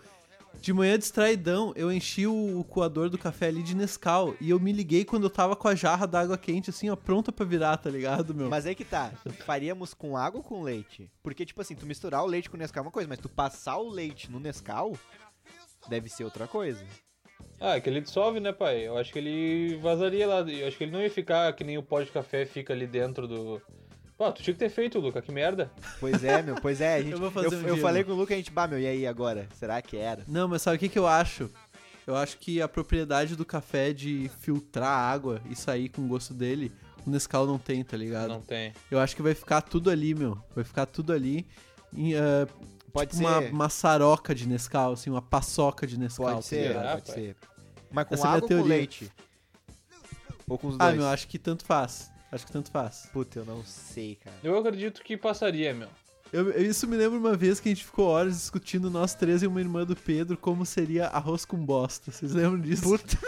Speaker 2: De manhã distraidão, eu enchi o, o coador do café ali de Nescau e eu me liguei quando eu tava com a jarra d'água quente, assim, ó, pronta pra virar, tá ligado, meu?
Speaker 3: Mas aí que tá, faríamos com água ou com leite? Porque, tipo assim, tu misturar o leite com o Nescau é uma coisa, mas tu passar o leite no Nescau deve ser outra coisa.
Speaker 4: Ah, é que ele dissolve, né, pai? Eu acho que ele vazaria lá. Eu acho que ele não ia ficar que nem o pó de café fica ali dentro do. Pô, tu tinha que ter feito, Luca, que merda.
Speaker 3: Pois é, meu, pois é. A gente,
Speaker 2: Eu vou fazer
Speaker 3: eu,
Speaker 2: um
Speaker 3: eu
Speaker 2: dia,
Speaker 3: falei
Speaker 2: meu.
Speaker 3: com o Luca, a gente, bah, meu, e aí agora? Será que era?
Speaker 2: Não, mas sabe o que, que eu acho? Eu acho que a propriedade do café de filtrar a água e sair com o gosto dele, o Nescau não tem, tá
Speaker 3: Ah.
Speaker 2: ligado?
Speaker 4: Não tem.
Speaker 2: Eu acho que vai ficar tudo ali, meu. Vai ficar tudo ali. em, ah,
Speaker 3: Pode
Speaker 2: tipo
Speaker 3: ser.
Speaker 2: Uma, uma saroca de Nescau, assim, uma paçoca de Nescau.
Speaker 3: Pode
Speaker 2: tá
Speaker 3: ser,
Speaker 2: ligado?
Speaker 4: ligado?
Speaker 3: pode
Speaker 4: Ah,
Speaker 3: ser. Mas com
Speaker 2: Essa é a minha
Speaker 3: água ou com
Speaker 2: teoria.
Speaker 3: leite? Ou com os
Speaker 2: Ah,
Speaker 3: dois?
Speaker 2: meu, acho que tanto faz. Acho que tanto faz.
Speaker 3: Puta, eu não sei, cara.
Speaker 4: Eu acredito que passaria, meu.
Speaker 2: Eu- eu- isso me lembra uma vez que a gente ficou horas discutindo, nós três e uma irmã do Pedro, como seria arroz com bosta. Vocês lembram disso? Puta.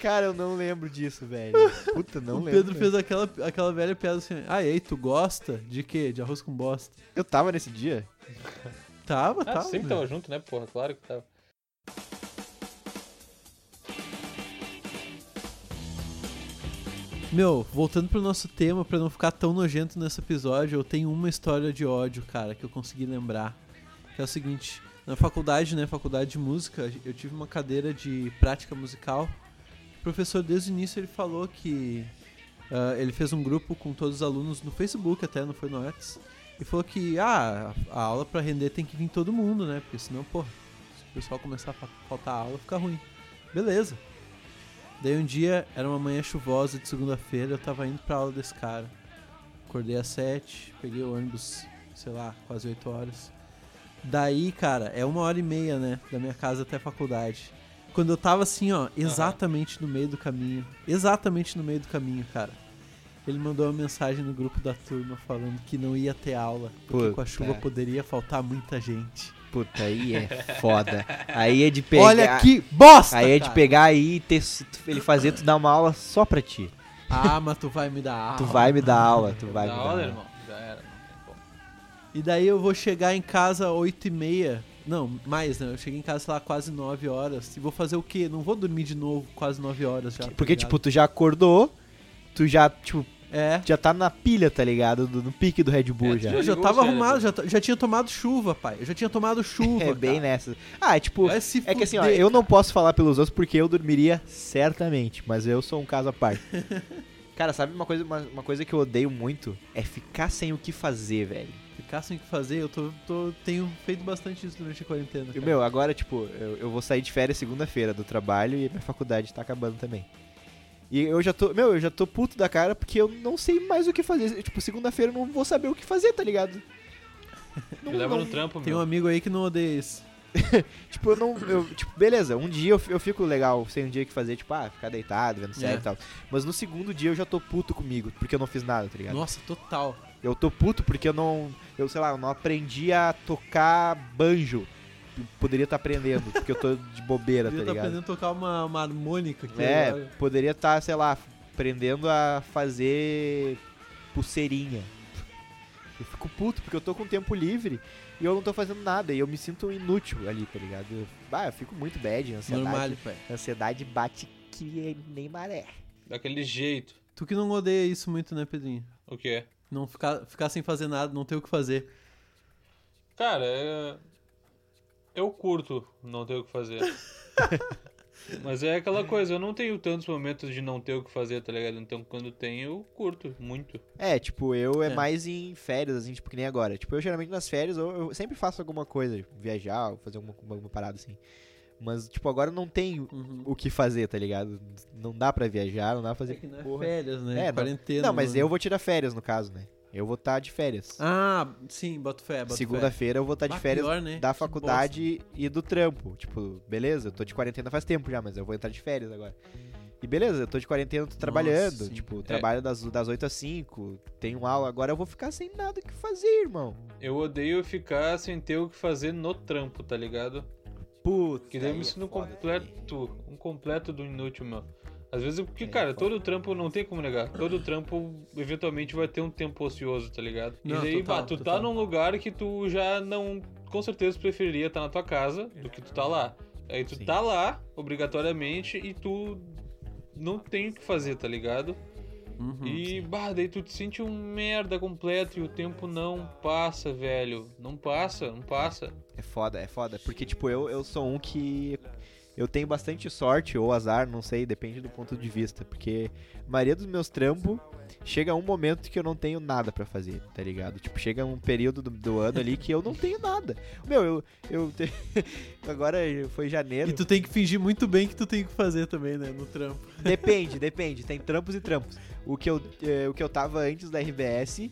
Speaker 3: Cara, eu não lembro disso, velho. Puta, não
Speaker 2: o
Speaker 3: lembro. né?
Speaker 2: Pedro fez aquela, aquela velha piada assim: Ah, e aí, tu gosta de quê? De arroz com bosta.
Speaker 3: Eu tava nesse dia?
Speaker 2: Tava,
Speaker 4: Ah,
Speaker 3: Tá,
Speaker 2: tava.
Speaker 4: sempre
Speaker 2: meu.
Speaker 4: tava junto, né, porra? Claro que tava.
Speaker 2: Meu, voltando pro nosso tema, pra não ficar tão nojento nesse episódio, eu tenho uma história de ódio, cara, que eu consegui lembrar. Que é o seguinte, na faculdade, né, faculdade de música, eu tive uma cadeira de prática musical. O professor, desde o início, ele falou que... ah, ele fez um grupo com todos os alunos no Facebook até, não foi no Whats. E falou que, ah, a aula pra render tem que vir todo mundo, né? Porque senão, pô, se o pessoal começar a fa- faltar aula, fica ruim. Beleza. Daí um dia, era uma manhã chuvosa de segunda-feira, eu tava indo pra aula desse cara. Acordei às sete, peguei o ônibus, sei lá, quase oito horas. Daí, cara, é uma hora e meia, né, da minha casa até a faculdade. Quando eu tava assim, ó, exatamente no meio do caminho, exatamente no meio do caminho, cara. Ele mandou uma mensagem no grupo da turma falando que não ia ter aula, porque com a
Speaker 3: Puta.
Speaker 2: chuva poderia faltar muita gente.
Speaker 3: Puta, aí é foda. Aí é de pegar.
Speaker 2: Olha que bosta!
Speaker 3: Aí é de
Speaker 2: cara.
Speaker 3: pegar aí e ter, ele fazer tu dar uma aula só pra ti.
Speaker 2: Ah, mas tu vai me dar aula.
Speaker 3: Tu vai me dar aula, tu vai
Speaker 4: da
Speaker 3: me dar
Speaker 4: aula,
Speaker 3: aula.
Speaker 4: irmão. Já era. não tem como.
Speaker 2: E daí eu vou chegar em casa às 8 e meia. Não, mais, né? Eu cheguei em casa, sei lá, quase 9 horas. E vou fazer o quê? Não vou dormir de novo quase 9 horas já. tá
Speaker 3: Porque,
Speaker 2: ligado?
Speaker 3: tipo, tu já acordou, tu já, tipo,
Speaker 2: É.
Speaker 3: já tá na pilha, tá ligado? Do- no pique do Red Bull
Speaker 4: É, tu
Speaker 3: já.
Speaker 2: Eu já
Speaker 4: ligou o
Speaker 2: tava
Speaker 4: cérebro.
Speaker 2: arrumado, já, ta- já tinha tomado chuva, pai. Eu já tinha tomado chuva.
Speaker 3: É bem
Speaker 2: cara.
Speaker 3: nessa. Ah, é tipo,
Speaker 2: Vai se
Speaker 3: é que assim, ó,
Speaker 2: fuder,
Speaker 3: eu não posso falar pelos outros porque eu dormiria certamente, mas eu sou um caso à parte. Cara, sabe uma coisa, uma, uma coisa que eu odeio muito? É ficar sem o que fazer, velho.
Speaker 2: Ficar sem o que fazer, eu tô, tô- tenho feito bastante isso durante a quarentena.
Speaker 3: E,
Speaker 2: cara.
Speaker 3: meu, agora, tipo, eu, eu vou sair de férias segunda-feira do trabalho e minha faculdade tá acabando também. E eu já tô, meu, eu já tô puto da cara porque eu não sei mais o que fazer. Tipo, segunda-feira eu não vou saber o que fazer, tá ligado?
Speaker 4: Me leva no trampo,
Speaker 2: Tem um
Speaker 4: meu.
Speaker 2: amigo aí que não odeia isso.
Speaker 3: Tipo, eu não. eu- tipo, beleza, um dia eu, fi- eu fico legal sem um dia o que fazer, tipo, ah, ficar deitado, vendo série
Speaker 2: É.
Speaker 3: e tal. Mas no segundo dia eu já tô puto comigo, porque eu não fiz nada, tá ligado?
Speaker 2: Nossa, total.
Speaker 3: Eu tô puto porque eu não. Eu, sei lá, eu não aprendi a tocar banjo. Eu Poderia estar aprendendo, porque eu tô de bobeira, tá
Speaker 2: Eu tô
Speaker 3: ligado?
Speaker 2: aprendendo a tocar uma, uma harmônica aqui. né?
Speaker 3: É,
Speaker 2: agora.
Speaker 3: poderia estar, sei lá, aprendendo a fazer pulseirinha. Eu fico puto porque eu tô com tempo livre e eu não tô fazendo nada e eu me sinto inútil ali, tá ligado? Eu, ah, eu fico muito bad, ansiedade.
Speaker 2: Normal, pai.
Speaker 3: Ansiedade bate que nem maré.
Speaker 4: Daquele jeito.
Speaker 2: Tu que não odeia isso muito, né, Pedrinho?
Speaker 4: O quê?
Speaker 2: Não ficar, ficar sem fazer nada, não ter o que fazer.
Speaker 4: Cara, é- eu curto não ter o que fazer. Mas é aquela coisa, eu não tenho tantos momentos de não ter o que fazer, tá ligado? Então quando tem, eu curto muito.
Speaker 3: É, tipo, eu é,
Speaker 2: É.
Speaker 3: mais em férias, assim, tipo, que nem agora. Tipo, eu geralmente nas férias eu, eu sempre faço alguma coisa, tipo, viajar, ou fazer alguma, alguma parada assim. Mas, tipo, agora não tem
Speaker 2: Uhum.
Speaker 3: o que fazer, tá ligado? Não dá pra viajar, não dá pra fazer
Speaker 2: É que não é
Speaker 3: porra
Speaker 2: férias, né?
Speaker 3: É, não-
Speaker 2: Quarentena.
Speaker 3: Não, mas
Speaker 2: mano.
Speaker 3: eu vou tirar férias, no caso, né? Eu vou estar de férias.
Speaker 2: Ah, sim, boto fé, boto fé.
Speaker 3: Segunda-feira eu vou estar de
Speaker 2: Ah,
Speaker 3: férias
Speaker 2: pior, né?
Speaker 3: da
Speaker 2: Que
Speaker 3: faculdade e do trampo. Tipo, beleza, eu tô de quarentena faz tempo já, mas eu vou entrar de férias agora. E beleza, eu tô de quarentena, tô trabalhando.
Speaker 2: sim.
Speaker 3: tipo, trabalho das, das 8 às 5, tenho aula. Agora eu vou ficar sem nada o que fazer, irmão.
Speaker 4: Eu odeio ficar sem ter o que fazer no trampo, tá ligado?
Speaker 3: Puta.
Speaker 4: Que daí eu
Speaker 3: aí
Speaker 4: me
Speaker 3: é
Speaker 4: sinto um
Speaker 3: foda também.
Speaker 4: completo, um completo do inútil, meu. Às vezes, porque,
Speaker 3: Aí é
Speaker 4: cara,
Speaker 3: foda.
Speaker 4: todo trampo não tem como negar. Todo trampo eventualmente vai ter um tempo ocioso, tá ligado?
Speaker 2: Não,
Speaker 4: e daí,
Speaker 2: total,
Speaker 4: bah, tu
Speaker 2: total.
Speaker 4: tá num lugar que tu já não. Com certeza preferiria estar na tua casa do que tu tá lá. Aí tu
Speaker 3: Sim.
Speaker 4: tá lá, obrigatoriamente, e tu não tem o que fazer, tá ligado?
Speaker 2: bosta. Uhum.
Speaker 4: E, bah, daí tu te sente um merda completo e o tempo não passa, velho. Não passa, não passa.
Speaker 3: É foda, é foda. Porque, tipo, eu, eu sou um que. Eu tenho bastante sorte ou azar, não sei, depende do ponto de vista. Porque a maioria dos meus trampos chega um momento que eu não tenho nada pra fazer, tá ligado? Tipo, chega um período do, do ano ali que eu não tenho nada. Meu, eu. eu te- Agora foi janeiro.
Speaker 2: E tu tem que fingir muito bem que tu tem que fazer também, né? No trampo.
Speaker 3: Depende, depende. Tem trampos e trampos. O que, eu, eh, o que eu tava antes da RBS,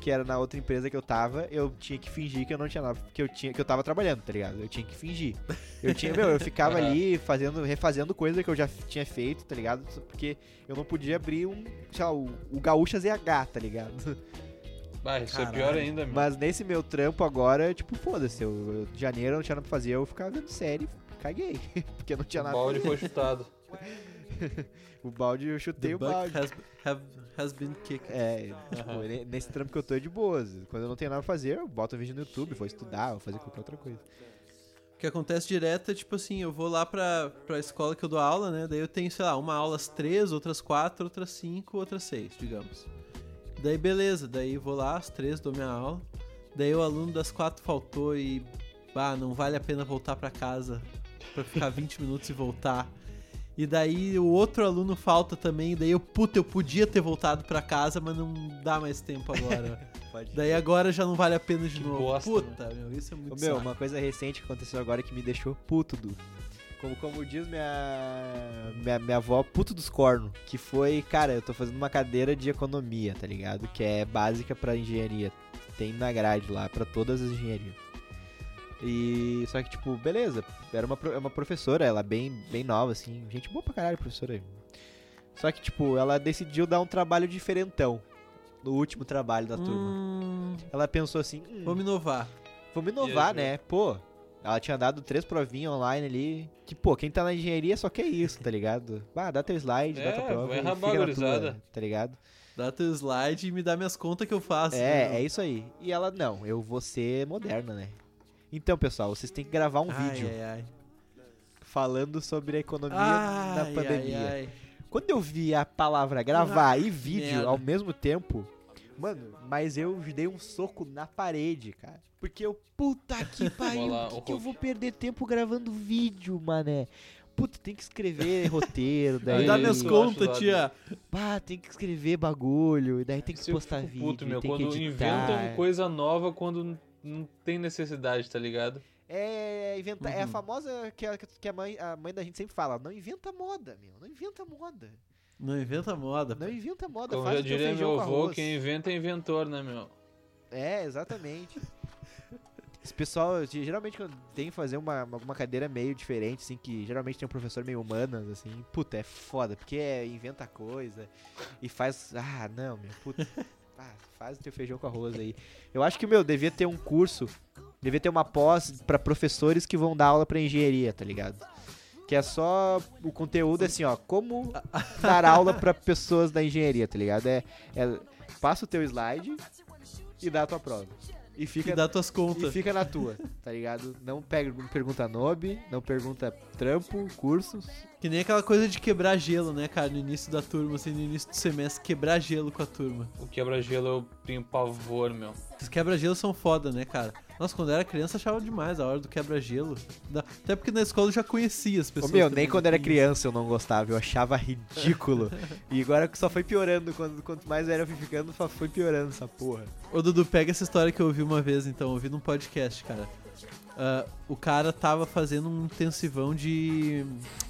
Speaker 3: que era na outra empresa que eu tava, eu tinha que fingir que eu não tinha nada, que eu, tinha, que eu tava trabalhando, tá ligado? Eu tinha que fingir. Eu tinha, meu, eu ficava ali fazendo, refazendo coisa que eu já f- tinha feito, tá ligado? Só Porque eu não podia abrir um, sei lá, o, o Gaúcha ZH, tá
Speaker 2: Uhum.
Speaker 3: ligado?
Speaker 4: Bah, isso
Speaker 2: Caralho.
Speaker 4: é pior ainda, meu.
Speaker 3: Mas nesse meu trampo agora, tipo, foda-se, eu, eu- janeiro eu não tinha nada pra fazer, eu ficava vendo série, caguei, porque eu não tinha
Speaker 4: O
Speaker 3: nada.
Speaker 4: balde foi chutado.
Speaker 3: O balde, eu chutei
Speaker 2: The
Speaker 3: o
Speaker 2: buck
Speaker 3: balde.
Speaker 2: has, have- has been kicked.
Speaker 3: É, tipo, ne- nesse trampo que eu tô é de boas. Quando eu não tenho nada pra fazer, eu boto vídeo no YouTube, vou estudar, vou fazer qualquer outra coisa.
Speaker 2: que acontece direto é tipo assim, eu vou lá pra, pra escola que eu dou aula, né? Daí eu tenho, sei lá, uma aula às três, outras quatro, outras cinco, outras seis, digamos. Daí beleza, daí eu vou lá às três, dou minha aula. Daí o aluno das quatro faltou e, bah, não vale a pena voltar pra casa pra ficar 20 minutos e voltar. E daí o outro aluno falta também, daí eu, puta, eu podia ter voltado pra casa, mas não dá mais tempo agora.
Speaker 3: Pode.
Speaker 2: Daí agora já não vale a pena de novo.
Speaker 4: bosta,
Speaker 2: Puta, meu, isso é muito
Speaker 3: Ô, meu,
Speaker 2: saco.
Speaker 3: uma coisa recente que aconteceu agora que me deixou puto do. Como, como diz minha, minha minha avó, puto dos cornos. Que foi, cara, eu tô fazendo uma cadeira de economia, tá ligado? Que é básica pra engenharia. Tem na grade lá, pra todas as engenharias. E só que, tipo, beleza, era uma, pro- é uma professora, ela bem, bem nova, assim, gente boa pra caralho, professora. Só que, tipo, ela decidiu dar um trabalho diferentão no último trabalho da turma.
Speaker 2: Hum,
Speaker 3: Ela pensou assim, "Hum,
Speaker 2: Vamos inovar.
Speaker 3: Vamos inovar,
Speaker 4: E aí,
Speaker 3: né? Pô, ela tinha dado três provinhas online ali. Que, pô, quem tá na engenharia só quer isso, tá ligado? Ah, dá teu slide, dá
Speaker 4: É,
Speaker 3: tua prova.
Speaker 4: vai
Speaker 3: e
Speaker 4: rabar
Speaker 3: fica na
Speaker 4: a gurizada.
Speaker 3: tua, tá ligado?
Speaker 2: Dá teu slide e me dá minhas contas que eu faço.
Speaker 3: É, é isso aí. E ela, não, eu vou ser moderna, né? Então, pessoal, vocês têm que gravar um vídeo
Speaker 2: Ai, ai, ai.
Speaker 3: falando sobre a economia da
Speaker 2: Ai,
Speaker 3: pandemia.
Speaker 2: ai, ai.
Speaker 3: Quando eu vi a palavra gravar
Speaker 4: Ah,
Speaker 3: e vídeo
Speaker 2: merda.
Speaker 3: ao mesmo tempo, mano, mas eu dei um soco na parede, cara. Porque eu, puta que pariu,
Speaker 4: Olá,
Speaker 3: por
Speaker 4: o
Speaker 3: que, que eu
Speaker 4: Hulk.
Speaker 3: vou perder tempo gravando vídeo, mané? Puta, tem que escrever roteiro,
Speaker 2: Me
Speaker 3: daí.
Speaker 2: dá
Speaker 4: Aí,
Speaker 2: minhas
Speaker 4: eu
Speaker 2: contas,
Speaker 4: acho
Speaker 2: tia.
Speaker 3: Pá, tem que escrever bagulho, e daí tem que
Speaker 4: Isso eu
Speaker 3: postar
Speaker 4: fico
Speaker 3: vídeo,
Speaker 4: puto, meu,
Speaker 3: tem
Speaker 4: quando
Speaker 3: que editar. é.
Speaker 4: inventam coisa nova quando n- não tem necessidade, tá ligado?
Speaker 3: É, inventa, é a
Speaker 2: Uhum.
Speaker 3: famosa que, a, que a, mãe, a mãe da gente sempre fala, não inventa moda, meu, não inventa moda.
Speaker 2: Não inventa moda.
Speaker 3: Não inventa moda,
Speaker 4: Como
Speaker 3: faz
Speaker 4: já
Speaker 3: o teu
Speaker 4: diria
Speaker 3: feijão
Speaker 4: meu
Speaker 3: com
Speaker 4: avô,
Speaker 3: arroz.
Speaker 4: quem inventa é inventor, né, meu?
Speaker 3: É, exatamente. Esse pessoal, ge- geralmente quando tem que fazer uma, alguma cadeira meio diferente, assim, que geralmente tem um professor meio humanas, assim, puta, é foda, porque é, inventa coisa e faz. Ah, não, meu, puta. pá, faz o teu feijão com arroz aí. Eu acho que, meu, devia ter um curso, devia ter uma pós pra professores que vão dar aula pra engenharia, tá ligado? Que é só o conteúdo, é assim, ó, como dar aula pra pessoas da engenharia, tá ligado? É, é passa o teu slide e dá a tua prova. E
Speaker 2: Que
Speaker 3: fica
Speaker 2: dá tuas
Speaker 3: e
Speaker 2: contas.
Speaker 3: fica na tua, tá ligado? Não pega, não pergunta nobe, não pergunta trampo, cursos.
Speaker 2: Que nem aquela coisa de quebrar gelo, né, cara? No início da turma, assim, no início do semestre, quebrar gelo com a turma.
Speaker 4: O quebra-gelo eu tenho pavor, meu.
Speaker 2: Esses quebra-gelo são foda, né, cara? Nossa, quando eu era criança achava demais a hora do quebra-gelo. Da- Até porque na escola eu já conhecia as
Speaker 3: Ô,
Speaker 2: pessoas.
Speaker 3: meu,
Speaker 2: também,
Speaker 3: nem quando era
Speaker 2: assim.
Speaker 3: criança eu não gostava, eu achava ridículo. e agora que só foi piorando, quando, quanto mais velho eu fui ficando, só foi piorando essa porra.
Speaker 2: Ô Dudu, pega essa história que eu ouvi uma vez, então, eu ouvi num podcast, cara. Ah, o cara tava fazendo um intensivão de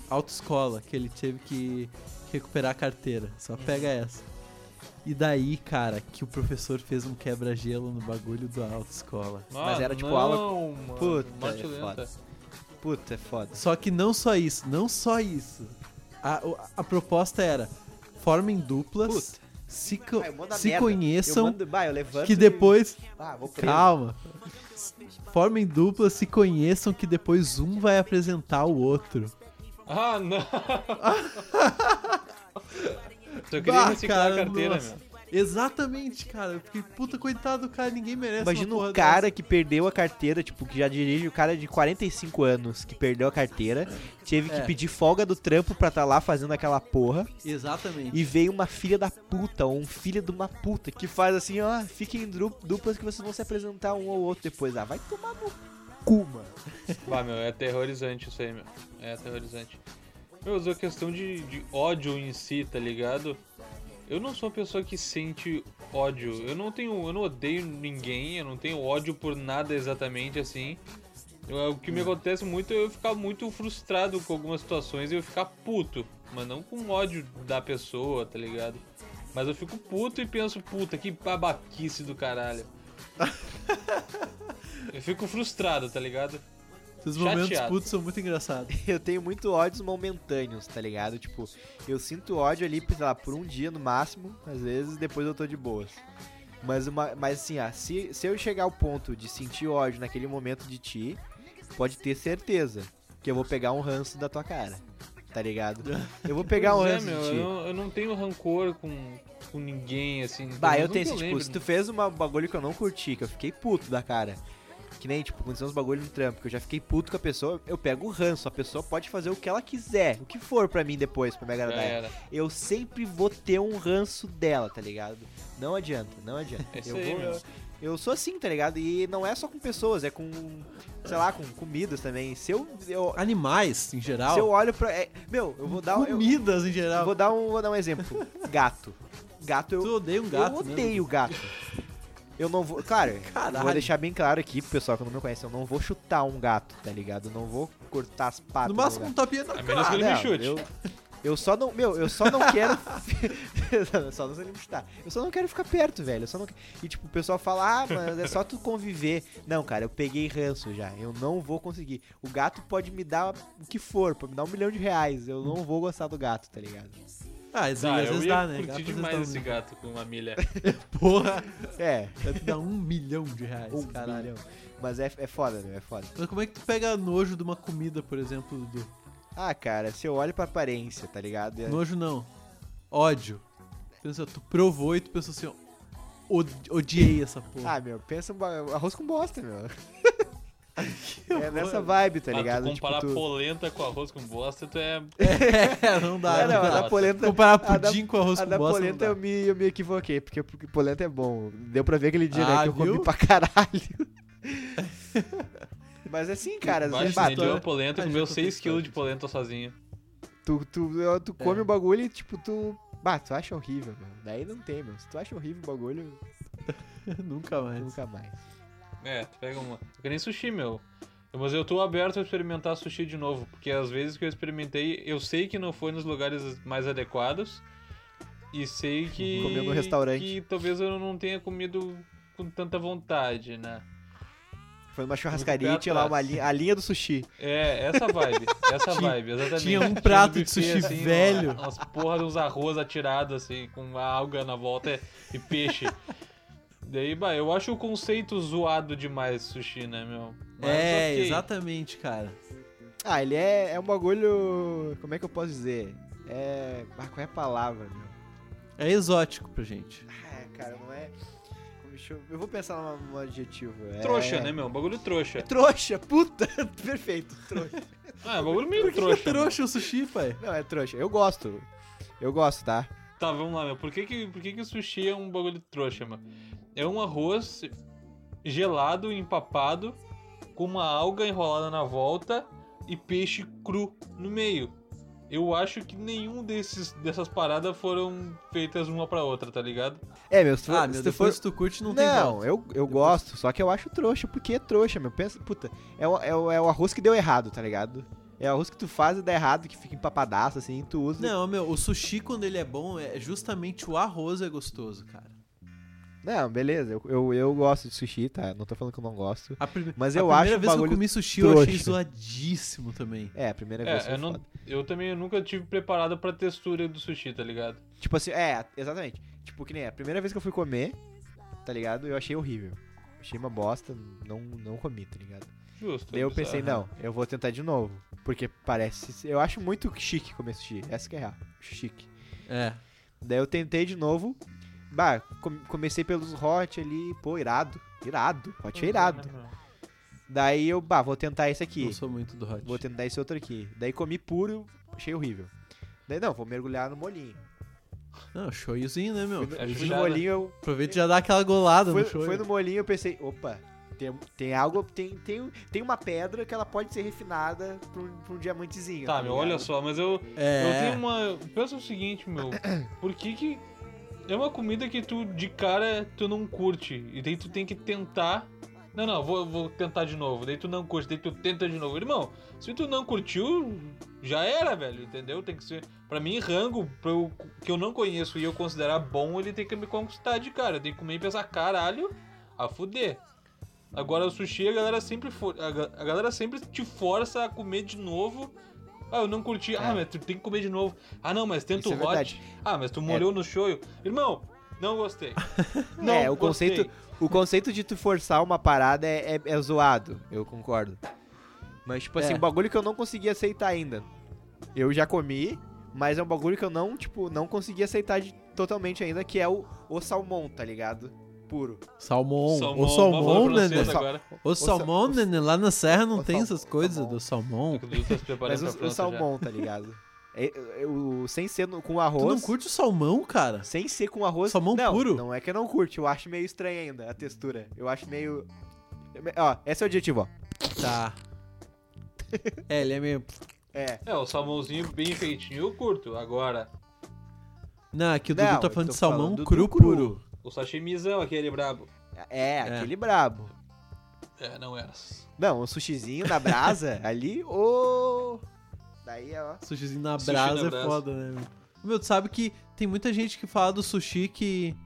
Speaker 2: autoescola, que ele teve que recuperar a carteira. Só pega essa. E daí, cara, que o professor fez um quebra-gelo no bagulho da autoescola.
Speaker 3: Mas
Speaker 4: Ah,
Speaker 3: era tipo
Speaker 4: não,
Speaker 3: aula-
Speaker 4: Mano,
Speaker 3: Puta,
Speaker 4: morte
Speaker 3: é
Speaker 4: lenta.
Speaker 3: foda. Puta, é foda.
Speaker 2: Só que não só isso, não só isso. A, o- a proposta era: formem duplas, se, co-
Speaker 3: Ah, eu mando a
Speaker 2: se
Speaker 3: merda. Eu
Speaker 2: conheçam,
Speaker 3: mando, bah, eu levanto
Speaker 2: que
Speaker 3: e-
Speaker 2: depois.
Speaker 3: Ah, vou preso.
Speaker 2: Calma. Formem dupla, se conheçam, que depois um vai apresentar o outro.
Speaker 4: Ah, não! Só queria
Speaker 2: Bah,
Speaker 4: reciclar
Speaker 2: cara,
Speaker 4: a carteira,
Speaker 2: nossa.
Speaker 4: meu.
Speaker 2: Exatamente, cara. Eu fiquei, puta, coitado do cara, ninguém merece. uma
Speaker 3: Imagina
Speaker 2: porra
Speaker 3: um cara que perdeu a carteira, tipo, que já dirige, o cara de 45 anos que perdeu a carteira, teve
Speaker 2: É.
Speaker 3: que pedir folga do trampo pra tá lá fazendo aquela porra.
Speaker 2: dessa. Exatamente.
Speaker 3: E veio uma filha da puta, ou um filho de uma puta, que faz assim, ó, fiquem em dru- duplas que vocês vão se apresentar um ao outro depois. Ah, vai tomar no cu, mano.
Speaker 4: Bah, meu, é aterrorizante isso aí, meu. É aterrorizante. Meu, mas a questão de, de ódio em si, tá ligado? Eu não sou uma pessoa que sente ódio. Eu não tenho. Eu não odeio ninguém, eu não tenho ódio por nada exatamente assim. Eu- o que me acontece muito é eu ficar muito frustrado com algumas situações e eu ficar puto. Mas não com ódio da pessoa, tá ligado? Mas eu fico puto e penso, puta, que babaquice do caralho. eu fico frustrado, tá ligado?
Speaker 2: Esses momentos
Speaker 4: chateado.
Speaker 2: putos são muito engraçados.
Speaker 3: Eu tenho muito ódios momentâneos, tá ligado? Tipo, eu sinto ódio ali, sei lá, por um dia no máximo, às vezes, depois eu tô de boas. Mas, uma, mas assim, ah, se, se eu chegar ao ponto de sentir ódio naquele momento de ti, pode ter certeza que eu vou pegar um ranço da tua cara, tá ligado? Eu vou pegar um
Speaker 4: Pois é,
Speaker 3: ranço
Speaker 4: meu,
Speaker 3: de ti.
Speaker 4: eu, não, eu não tenho rancor com, com ninguém, assim.
Speaker 3: Bah,
Speaker 4: pelo
Speaker 3: eu
Speaker 4: menos
Speaker 3: tenho esse
Speaker 4: não que
Speaker 3: tipo,
Speaker 4: lembre. né?
Speaker 3: se tu fez uma- um bagulho que eu não curti, que eu fiquei puto da cara, que nem, tipo, aconteceu uns bagulho no trampo, que eu já fiquei puto com a pessoa, eu pego o ranço, a pessoa pode fazer o que ela quiser, o que for pra mim depois, pra me
Speaker 4: Já
Speaker 3: agradar.
Speaker 4: era.
Speaker 3: eu sempre vou ter um ranço dela, tá ligado? Não adianta, não adianta.
Speaker 4: É isso
Speaker 3: eu,
Speaker 4: aí,
Speaker 3: vou-
Speaker 4: meu.
Speaker 3: eu sou assim, tá ligado? E não é só com pessoas, é com, sei lá, com comidas também. Se eu, eu-
Speaker 2: Animais, em geral.
Speaker 3: se eu olho pra. é, meu, eu vou dar um. Eu,
Speaker 2: Comidas, em
Speaker 3: eu
Speaker 2: geral.
Speaker 3: vou dar um, vou dar um exemplo. Gato. Gato eu.
Speaker 2: Tu odeia um gato,
Speaker 3: eu
Speaker 2: né?
Speaker 3: odeio gato. Eu não vou. Claro,
Speaker 2: Caralho.
Speaker 3: vou deixar bem claro aqui pro pessoal que não me conhece, eu não vou chutar um gato, tá ligado? Eu não vou cortar as patas.
Speaker 2: No
Speaker 3: do
Speaker 2: máximo
Speaker 3: gato. né? Ah,
Speaker 2: um tapinha na
Speaker 4: A
Speaker 2: cara.
Speaker 4: menos que ele me
Speaker 3: Não,
Speaker 4: chute.
Speaker 3: Eu, eu só não. Meu, eu só não quero. só não sei nem chutar. Eu só não quero ficar perto, velho. Eu só não... que- E tipo, o pessoal fala, ah, mas é só tu conviver. Não, cara, eu peguei ranço já. Eu não vou conseguir. O gato pode me dar o que for, pode me dar um milhão de reais. Eu não vou gostar do gato, tá ligado?
Speaker 2: Ah, às
Speaker 4: Ah,
Speaker 2: vezes, às
Speaker 4: eu
Speaker 2: vezes
Speaker 4: ia
Speaker 2: dá, né? Gato,
Speaker 4: curtir
Speaker 2: às vezes
Speaker 4: demais
Speaker 2: dá um-
Speaker 4: esse gato com uma milha. Ah,
Speaker 3: Tá
Speaker 2: Porra,
Speaker 3: É.
Speaker 2: vai te dar um milhão de reais,
Speaker 3: Um
Speaker 2: caralho.
Speaker 3: milhão. Mas é, é foda, meu, é foda.
Speaker 2: Mas como é que tu pega nojo de uma comida, por exemplo, Dudu?
Speaker 3: Ah, cara, se eu olho pra aparência, tá ligado? É-
Speaker 2: Nojo não. Ódio. Pensa, tu provou e tu pensou assim, ó, "Od- odiei essa porra.
Speaker 3: Ah, meu, pensa um ba- arroz com bosta, meu. é
Speaker 2: horror.
Speaker 3: nessa vibe, tá
Speaker 4: Ah, tu
Speaker 3: ligado? Tipo,
Speaker 4: comparar
Speaker 3: tu-
Speaker 4: polenta com arroz com bosta, tu é...
Speaker 2: é, não dá.
Speaker 3: É,
Speaker 2: não
Speaker 3: não,
Speaker 2: dá.
Speaker 3: a da polenta.
Speaker 2: Comparar
Speaker 3: a da-
Speaker 2: pudim com arroz
Speaker 3: A
Speaker 2: com
Speaker 3: da
Speaker 2: bosta não
Speaker 3: polenta
Speaker 2: dá.
Speaker 3: eu me, eu me equivoquei, porque porque polenta é bom. Deu pra ver aquele dia, né,
Speaker 2: Ah,
Speaker 3: que eu
Speaker 2: viu?
Speaker 3: comi pra caralho. Mas assim, cara, às vezes, é.
Speaker 2: Imagina,
Speaker 4: Baixo,
Speaker 3: bah,
Speaker 4: né? Deu
Speaker 2: história-
Speaker 4: a polenta
Speaker 2: Ah,
Speaker 4: e
Speaker 2: já
Speaker 4: comeu
Speaker 2: tô
Speaker 4: 6
Speaker 2: pensando
Speaker 4: kg de
Speaker 2: nisso.
Speaker 4: polenta sozinho.
Speaker 3: tu, tu, eu- tu come
Speaker 2: É.
Speaker 3: o bagulho e, tipo, tu... Bah, tu acha horrível, meu. Daí não tem, meu. Se tu acha horrível o bagulho, é
Speaker 2: Nunca mais.
Speaker 3: nunca mais.
Speaker 4: É, tu pega uma. É que nem sushi, meu. Mas eu tô aberto a experimentar sushi de novo, porque às vezes que eu experimentei, eu sei que não foi nos lugares mais adequados. E sei que.
Speaker 3: Comeu Uhum. no restaurante.
Speaker 4: Que talvez eu não tenha comido com tanta vontade, né?
Speaker 3: Foi uma churrascaria e
Speaker 4: pé
Speaker 3: tinha lá uma
Speaker 4: atrás.
Speaker 3: linha, a linha do sushi.
Speaker 4: É, essa vibe. Essa
Speaker 2: Tinha-
Speaker 4: vibe, exatamente.
Speaker 2: tinha um
Speaker 4: no
Speaker 2: prato de
Speaker 4: buffet, assim,
Speaker 2: sushi velho.
Speaker 4: Umas porra de uns arroz atirados, assim, com alga na volta e peixe. Daí, bah, eu acho o conceito zoado demais sushi, né, meu? Mas
Speaker 2: É,
Speaker 4: ok.
Speaker 2: exatamente, cara.
Speaker 3: Ah, ele é, é um bagulho... Como é que eu posso dizer? É... Ah, qual é a palavra, meu?
Speaker 2: É exótico pra gente.
Speaker 3: Ah, cara, não é... Deixa eu... eu vou pensar num num adjetivo. É-
Speaker 4: Trouxa, né, meu? Bagulho
Speaker 2: É.
Speaker 4: trouxa.
Speaker 3: Trouxa, puta! Perfeito, trouxa.
Speaker 4: Ah, é bagulho meio
Speaker 2: Por que que
Speaker 4: trouxa.
Speaker 2: é trouxa o sushi, pai?
Speaker 3: Não, é trouxa. Eu gosto. Eu gosto, tá?
Speaker 4: meu. Tá, vamos lá, meu. Por que que, por que que o sushi é um bagulho trouxa, meu? É um arroz gelado, empapado, com uma alga enrolada na volta e peixe cru no meio. Eu acho que nenhum desses, dessas paradas foram feitas uma pra outra, tá ligado?
Speaker 3: É, meu, se tu,
Speaker 2: Ah,
Speaker 3: se
Speaker 2: meu,
Speaker 3: tu
Speaker 2: depois
Speaker 3: for...
Speaker 2: se tu curte, não, tem
Speaker 3: Não,
Speaker 2: volta.
Speaker 3: eu, eu gosto, só que eu acho trouxa, porque é trouxa, meu. Pensa, puta, é o, é, o, é o arroz que deu errado, tá ligado? É o arroz que tu faz e dá errado, que fica empapadaço, assim, tu usa.
Speaker 2: Não, meu, o sushi quando ele é bom, é justamente o arroz é gostoso, cara.
Speaker 3: Não, beleza, eu, eu, eu gosto de sushi, tá? Não tô falando que eu não gosto.
Speaker 2: A prime-
Speaker 3: Mas
Speaker 2: a
Speaker 3: eu
Speaker 2: primeira
Speaker 3: acho
Speaker 2: vez
Speaker 3: um
Speaker 2: que eu
Speaker 3: bagulho
Speaker 2: comi sushi, eu
Speaker 3: trouxa.
Speaker 2: achei zoadíssimo também.
Speaker 3: É, a primeira vez
Speaker 4: É,
Speaker 3: foi
Speaker 4: eu, não,
Speaker 3: foda.
Speaker 4: eu também nunca tive preparado pra textura do sushi, tá ligado?
Speaker 3: Tipo assim, é, exatamente. Tipo, que nem a primeira vez que eu fui comer, tá ligado? Eu achei horrível. Achei uma bosta, não, não comi, tá ligado?
Speaker 4: Justo. É.
Speaker 3: Daí eu
Speaker 4: bizarro.
Speaker 3: pensei, não, eu vou tentar de novo. Porque parece. Eu acho muito chique comer sushi. Essa que é real. Chique.
Speaker 2: É.
Speaker 3: Daí eu tentei de novo. Bah, com- comecei pelos hot ali, pô, irado. Irado.
Speaker 4: Uhum.
Speaker 3: Hot é irado. Daí eu, bah, vou tentar esse aqui.
Speaker 2: Não sou muito do hot.
Speaker 3: Vou tentar esse outro aqui. Daí comi puro, achei horrível. Daí não, vou mergulhar no molinho.
Speaker 2: Não, showzinho, né, meu?
Speaker 3: Fui no- fui
Speaker 4: é
Speaker 3: no
Speaker 4: puxada.
Speaker 3: molinho, eu,
Speaker 2: Aproveita e já dá aquela golada
Speaker 3: Foi,
Speaker 2: no show.
Speaker 3: foi no molinho eu pensei, opa, tem, tem algo, tem, tem, tem uma pedra que ela pode ser refinada pra um, pra um diamantezinho.
Speaker 4: Tá, meu,
Speaker 3: ligado?
Speaker 4: olha só, mas eu, Eu
Speaker 2: É.
Speaker 4: tenho
Speaker 3: um
Speaker 4: uma. Pensa o seguinte, meu. Por que que. É uma comida que tu, de cara, tu não curte. E daí tu tem que tentar. Não, não, vou, vou tentar de novo. Daí tu não curte, daí tu tenta de novo. Irmão, se tu não curtiu, já era, velho, entendeu? Tem que ser. Pra mim, rango, pra eu- que eu não conheço e eu considerar bom, ele tem que me conquistar de cara. Eu tenho que comer e pensar, caralho, a fuder. Agora o sushi, a galera sempre for, a, ga- a galera sempre te força a comer de novo. Ah, eu não curti. Ah,
Speaker 3: É.
Speaker 4: mas tu tem que comer de novo. Ah, não, mas tenta
Speaker 3: Isso
Speaker 4: o
Speaker 3: é
Speaker 4: hot.
Speaker 3: verdade.
Speaker 4: Ah, mas tu molhou no shoyu. Irmão, não gostei. Não
Speaker 3: é, o
Speaker 4: gostei.
Speaker 3: conceito, o conceito de tu forçar uma parada é, é, é zoado, eu concordo. Mas, tipo assim,
Speaker 2: É.
Speaker 3: um bagulho que eu não consegui aceitar ainda. Eu já comi, mas é um bagulho que eu não, tipo, não consegui aceitar de- totalmente ainda, que é o, o salmão, tá ligado? puro.
Speaker 2: Salmon.
Speaker 4: Salmão,
Speaker 2: o
Speaker 4: uma
Speaker 2: salmão,
Speaker 4: palavra
Speaker 2: né?
Speaker 4: francesa
Speaker 2: né?
Speaker 4: agora.
Speaker 2: O salmão,
Speaker 3: sa-
Speaker 2: né, né? Lá na serra não
Speaker 3: o
Speaker 2: tem
Speaker 3: sal-
Speaker 2: essas coisas
Speaker 3: salmão.
Speaker 2: do salmão.
Speaker 4: O Dudu tá se
Speaker 3: Mas
Speaker 4: preparando pra
Speaker 3: o, o
Speaker 4: França já.
Speaker 3: salmão, tá ligado? É, é, o- sem ser no- com
Speaker 2: Tu não
Speaker 3: arroz.
Speaker 2: curte o salmão, cara?
Speaker 3: Sem ser com arroz.
Speaker 2: Salmão
Speaker 3: não,
Speaker 2: puro?
Speaker 3: Não é que eu não curte, eu acho meio estranho ainda a textura. Eu acho meio. Ó, esse é o adjetivo, ó.
Speaker 2: Tá. É, ele é meio.
Speaker 3: É.
Speaker 4: É, o salmãozinho bem feitinho eu curto. Agora,
Speaker 2: Não, aqui o
Speaker 3: Não,
Speaker 2: Dudu tá
Speaker 3: eu
Speaker 2: falando
Speaker 3: tô
Speaker 2: de salmão
Speaker 3: falando do
Speaker 2: cru
Speaker 3: cru.
Speaker 2: puro.
Speaker 4: o sashimizão aquele brabo.
Speaker 3: É, aquele brabo.
Speaker 4: É, não era.
Speaker 3: Não, um sushizinho na brasa ali, ô. Daí, ó.
Speaker 2: Sushizinho na
Speaker 4: Sushi na
Speaker 2: brasa é
Speaker 4: brasa.
Speaker 2: foda, né? meu? Meu, tu sabe que tem muita gente que fala do sushi que.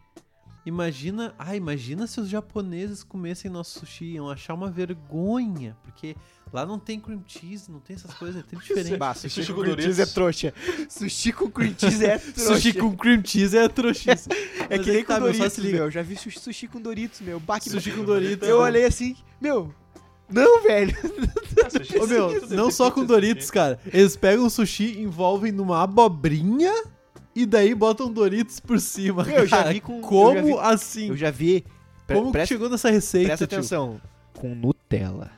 Speaker 2: Imagina. Ah, imagina se os japoneses comessem nosso sushi. Iam achar uma vergonha. Porque lá não tem cream cheese, não tem essas coisas. É tudo diferente.
Speaker 3: Bah, sushi,
Speaker 4: Sushi
Speaker 3: com
Speaker 4: com
Speaker 3: cream
Speaker 4: Doritos.
Speaker 3: cheese é trouxa. Sushi com cream cheese é trouxa.
Speaker 2: sushi com cream cheese é trouxice.
Speaker 3: É
Speaker 2: Mas
Speaker 3: que
Speaker 2: aí
Speaker 3: nem com
Speaker 2: tá, meu, só
Speaker 3: Doritos,
Speaker 2: se
Speaker 3: meu.
Speaker 2: liga.
Speaker 3: Eu já vi sushi, sushi com Doritos, meu. Bah, que
Speaker 2: Sushi
Speaker 3: ba-
Speaker 2: com Doritos. né?
Speaker 3: Eu olhei assim, meu. Não, velho.
Speaker 4: Ah,
Speaker 2: Ô, meu, não só
Speaker 4: assim,
Speaker 2: com Doritos, cara. Eles pegam o sushi, envolvem numa abobrinha e daí botam Doritos por cima.
Speaker 3: Meu, eu já
Speaker 2: cara.
Speaker 3: vi com- eu
Speaker 2: Como
Speaker 3: já vi-
Speaker 2: assim?
Speaker 3: Eu já vi. Pre-
Speaker 2: Como que
Speaker 3: presta
Speaker 2: chegou nessa receita,
Speaker 3: presta
Speaker 2: tio?
Speaker 3: atenção. Com Nutella.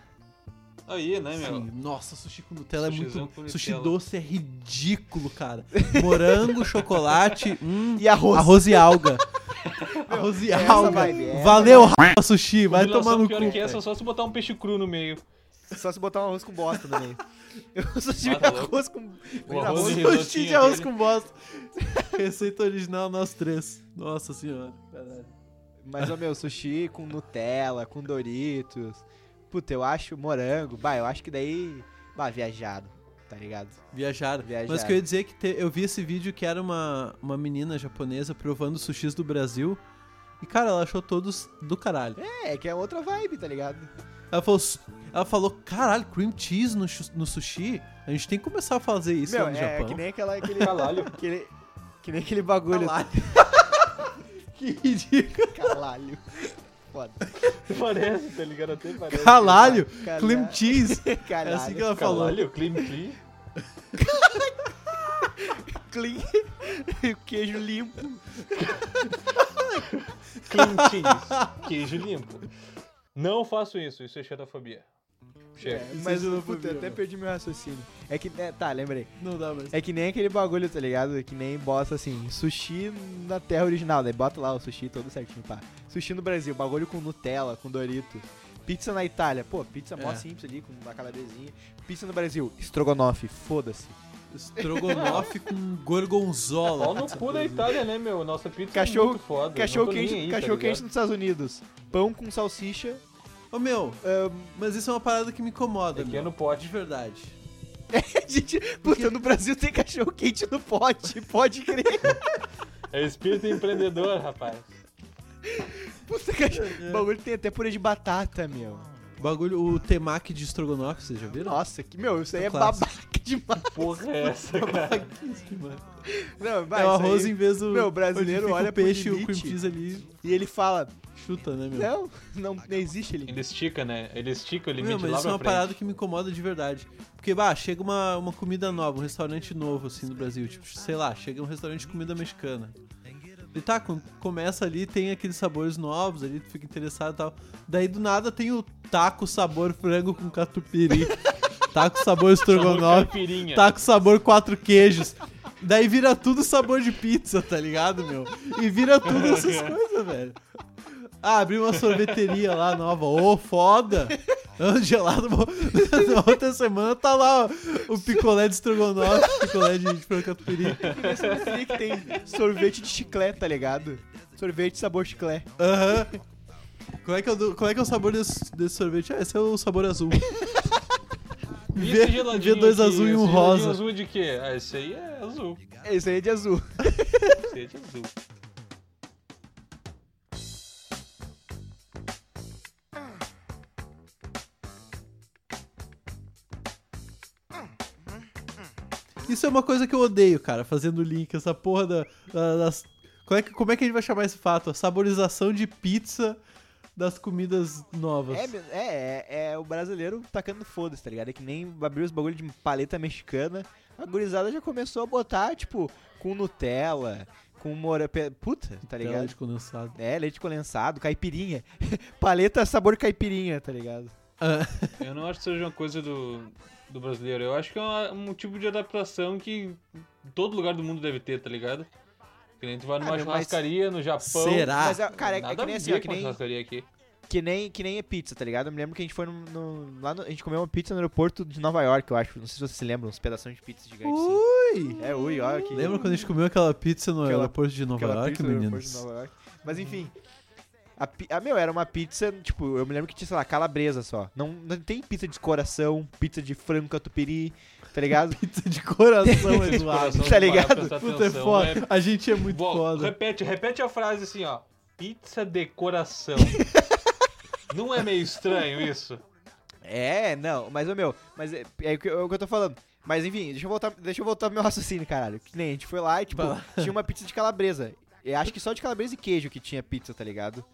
Speaker 4: Aí, né, meu?
Speaker 2: Sim, nossa, sushi com Nutella é
Speaker 4: Sushizão
Speaker 2: muito.
Speaker 4: com
Speaker 2: Sushi
Speaker 4: Nutella.
Speaker 2: doce é ridículo, cara. Morango, chocolate, hum,
Speaker 3: E arroz.
Speaker 2: arroz e alga. arroz e
Speaker 3: essa
Speaker 2: alga.
Speaker 3: vibe, é essa
Speaker 2: Valeu, rapa sushi. Vai
Speaker 4: Combinação
Speaker 2: tomar no
Speaker 4: pior
Speaker 2: cu.
Speaker 4: que essa, só se botar um peixe cru no meio.
Speaker 3: Só se botar um arroz com bosta no meio. Eu só tive
Speaker 4: Ah, tá louco.
Speaker 3: arroz com.
Speaker 4: O arroz
Speaker 3: arroz
Speaker 4: de
Speaker 3: com-
Speaker 4: risotinho.
Speaker 2: Sushi de arroz com bosta. Receita original, nós três. Nossa senhora. caralho.
Speaker 3: Mas, ô meu, sushi com Nutella, com Doritos. Puta, eu acho morango. Bah, eu acho que daí. Bah, viajado. Tá ligado?
Speaker 2: Viajaram.
Speaker 3: Viajaram.
Speaker 2: Mas que eu ia dizer é que te- eu vi esse vídeo que era uma, uma menina japonesa provando sushis do Brasil. E, cara, ela achou todos do caralho.
Speaker 3: É, é que é outra vibe, tá ligado?
Speaker 2: Ela falou, su- ela falou caralho, cream cheese no, chu- no sushi? A gente tem que começar a fazer isso
Speaker 3: meu,
Speaker 2: lá no
Speaker 3: é
Speaker 2: Japão.
Speaker 3: que nem aquela. Aquele,
Speaker 4: Caralho.
Speaker 3: aquele, que nem aquele bagulho.
Speaker 2: que ridículo.
Speaker 3: Caralho. Foda.
Speaker 4: Parece, tá ligado? Até parece.
Speaker 2: Caralho,
Speaker 3: Caralho.
Speaker 2: cream cheese.
Speaker 3: Caralho.
Speaker 2: É assim que ela falou.
Speaker 4: Caralho, Clim Clim.
Speaker 3: Clean. Queijo limpo.
Speaker 4: Clim Cheese. Queijo limpo. Não faço isso, isso é xenofobia. Chega.
Speaker 3: É, mas
Speaker 2: Isso eu não
Speaker 3: puta,
Speaker 2: fui ver,
Speaker 3: até
Speaker 2: mano.
Speaker 3: perdi meu raciocínio. É que. é, tá, lembrei.
Speaker 2: Não dá mais.
Speaker 3: É que nem aquele bagulho, tá ligado? Que nem bota assim, sushi na terra original, daí bota lá o sushi todo certinho, pá. Sushi no Brasil, bagulho com Nutella, com Doritos. Pizza na Itália, pô, pizza mó
Speaker 2: É.
Speaker 3: simples ali, com uma calabezinha. Pizza no Brasil, estrogonofe, foda-se.
Speaker 2: Estrogonofe com gorgonzola.
Speaker 4: Pau no cu da Itália, né, meu? Nossa pizza
Speaker 3: Cachorro-
Speaker 4: é muito foda.
Speaker 3: Cachorro
Speaker 4: não tô nem
Speaker 3: quente,
Speaker 4: aí, tá
Speaker 3: cachorro quente
Speaker 4: ligado?
Speaker 3: nos Estados Unidos. Pão com salsicha.
Speaker 2: Ô, meu,
Speaker 3: ahn,
Speaker 2: mas isso é uma parada que me incomoda,
Speaker 4: É que é
Speaker 2: meu.
Speaker 4: no
Speaker 2: De
Speaker 4: pote.
Speaker 2: verdade.
Speaker 3: gente, puta, no Brasil tem cachorro quente no pote, pode crer.
Speaker 4: É espírito empreendedor, rapaz.
Speaker 3: Puta, cachorro. O bagulho tem até purê de batata, meu.
Speaker 2: O Bagulho, o temaki de estrogonofe, vocês já viram?
Speaker 3: Nossa, que, meu, isso aí é
Speaker 2: Clássico.
Speaker 3: babaca demais.
Speaker 4: Porra, é essa, cara.
Speaker 3: Não, vai,
Speaker 2: É o
Speaker 3: isso aí-
Speaker 2: arroz em vez do.
Speaker 3: Meu, o brasileiro
Speaker 2: onde fica
Speaker 3: olha
Speaker 2: o
Speaker 3: pro
Speaker 2: peixe e o
Speaker 3: limite.
Speaker 2: cream cheese ali
Speaker 3: E ele fala,
Speaker 2: chuta, né, meu?
Speaker 3: não, não, não existe ele.
Speaker 4: Ele estica, né? Ele estica o limite
Speaker 2: Meu, mas
Speaker 4: lá
Speaker 2: isso é uma
Speaker 4: pra frente.
Speaker 2: parada que me incomoda de verdade. Porque, bah, chega uma, uma comida nova, um restaurante novo, assim, no Brasil. Tipo, sei lá, chega um restaurante de comida mexicana. E tá, com- começa ali, tem aqueles sabores novos ali, tu fica interessado e tal. Daí, do nada, tem o taco sabor frango com catupiry. taco sabor estrogonofe.
Speaker 4: um Caipirinha.
Speaker 2: Tá com sabor quatro queijos. Daí vira tudo sabor de pizza, tá ligado, meu? E vira tudo essas coisas, velho. Ah, abri uma sorveteria lá nova. Ô, foda! Ah, Gelado. bom. Na outra semana tá lá ó, o picolé de estrogonofe, picolé de, de frango catupiry.
Speaker 3: Ele que tem sorvete de chiclete, tá ligado? Sorvete sabor chiclete.
Speaker 2: Aham. Qual é, que é o do- qual é que é o sabor desse, desse sorvete? Ah, esse é o sabor azul.
Speaker 4: E
Speaker 2: Vê-
Speaker 4: esse geladinho
Speaker 2: vê dois
Speaker 4: aqui?
Speaker 2: azul e
Speaker 4: Esse
Speaker 2: um
Speaker 4: geladinho
Speaker 2: rosa.
Speaker 4: azul é de quê? Ah, esse aí é azul.
Speaker 3: Esse aí é de azul.
Speaker 4: Esse aí é de azul.
Speaker 2: Isso é uma coisa que eu odeio, cara, fazendo link, essa porra da, da- das. Como é, que, como é que a gente vai chamar esse fato? A saborização de pizza das comidas novas.
Speaker 3: É, mesmo, é, é, é o brasileiro tacando foda-se, tá ligado? É que nem abriu os bagulho de paleta mexicana. A gurizada já começou a botar, tipo, com Nutella, com mora... pe- Puta,
Speaker 4: Então,
Speaker 3: tá
Speaker 2: Tela
Speaker 4: tipo,
Speaker 3: ligado?
Speaker 2: de condensado.
Speaker 3: É, leite condensado, caipirinha. Paleta sabor caipirinha, tá ligado?
Speaker 4: Eu não acho que seja uma coisa do, do brasileiro. Eu acho que é uma- um tipo de adaptação que todo lugar do mundo deve ter, tá ligado? Que nem tu vai numa
Speaker 3: Cara, mas
Speaker 4: churrascaria no Japão.
Speaker 2: será?
Speaker 3: Mas, é- cara, é, é
Speaker 4: Ah, Nada
Speaker 3: que
Speaker 4: a
Speaker 3: nem assim,
Speaker 4: ver
Speaker 3: ó, que
Speaker 4: com a
Speaker 3: nem,
Speaker 4: churrascaria aqui.
Speaker 3: que, nem, que nem é pizza, tá ligado? Eu me lembro que a gente foi no, no- lá no- A gente comeu uma pizza no aeroporto de Nova York, eu acho. Não sei se vocês se lembram, uns pedaços de pizza gigantes. assim.
Speaker 2: Ui!
Speaker 3: É, ui, olha que.
Speaker 2: Uh! Lembra quando a gente comeu aquela pizza no
Speaker 3: Aquela-
Speaker 2: aeroporto de Nova
Speaker 3: Aquela
Speaker 2: York,
Speaker 3: pizza no aeroporto
Speaker 2: meninos?
Speaker 3: de Nova York. Mas enfim. A, pi- ah, meu, era uma pizza, tipo, eu me lembro que tinha, sei lá, calabresa só. Não, não tem pizza de coração, pizza de frango catupiry, tá ligado?
Speaker 2: Pizza de coração,
Speaker 4: Esse
Speaker 2: Eduardo.
Speaker 4: coração
Speaker 3: tá
Speaker 4: parar pra
Speaker 3: ligado?
Speaker 4: prestar
Speaker 2: Puta, é
Speaker 4: atenção,
Speaker 2: foda.
Speaker 4: é
Speaker 2: A gente é muito
Speaker 4: Bom,
Speaker 2: foda.
Speaker 4: repete, repete a frase assim, ó. Pizza de coração. Não é meio estranho isso?
Speaker 3: É, não, mas, ô, meu, mas é, é o que eu é o que eu tô falando. Mas enfim, deixa eu voltar, deixa eu voltar pro meu raciocínio, caralho. Que nem a gente foi lá e, tipo,
Speaker 2: Vai lá.
Speaker 3: tinha uma pizza de calabresa. E acho que só de calabresa e queijo que tinha pizza, tá ligado?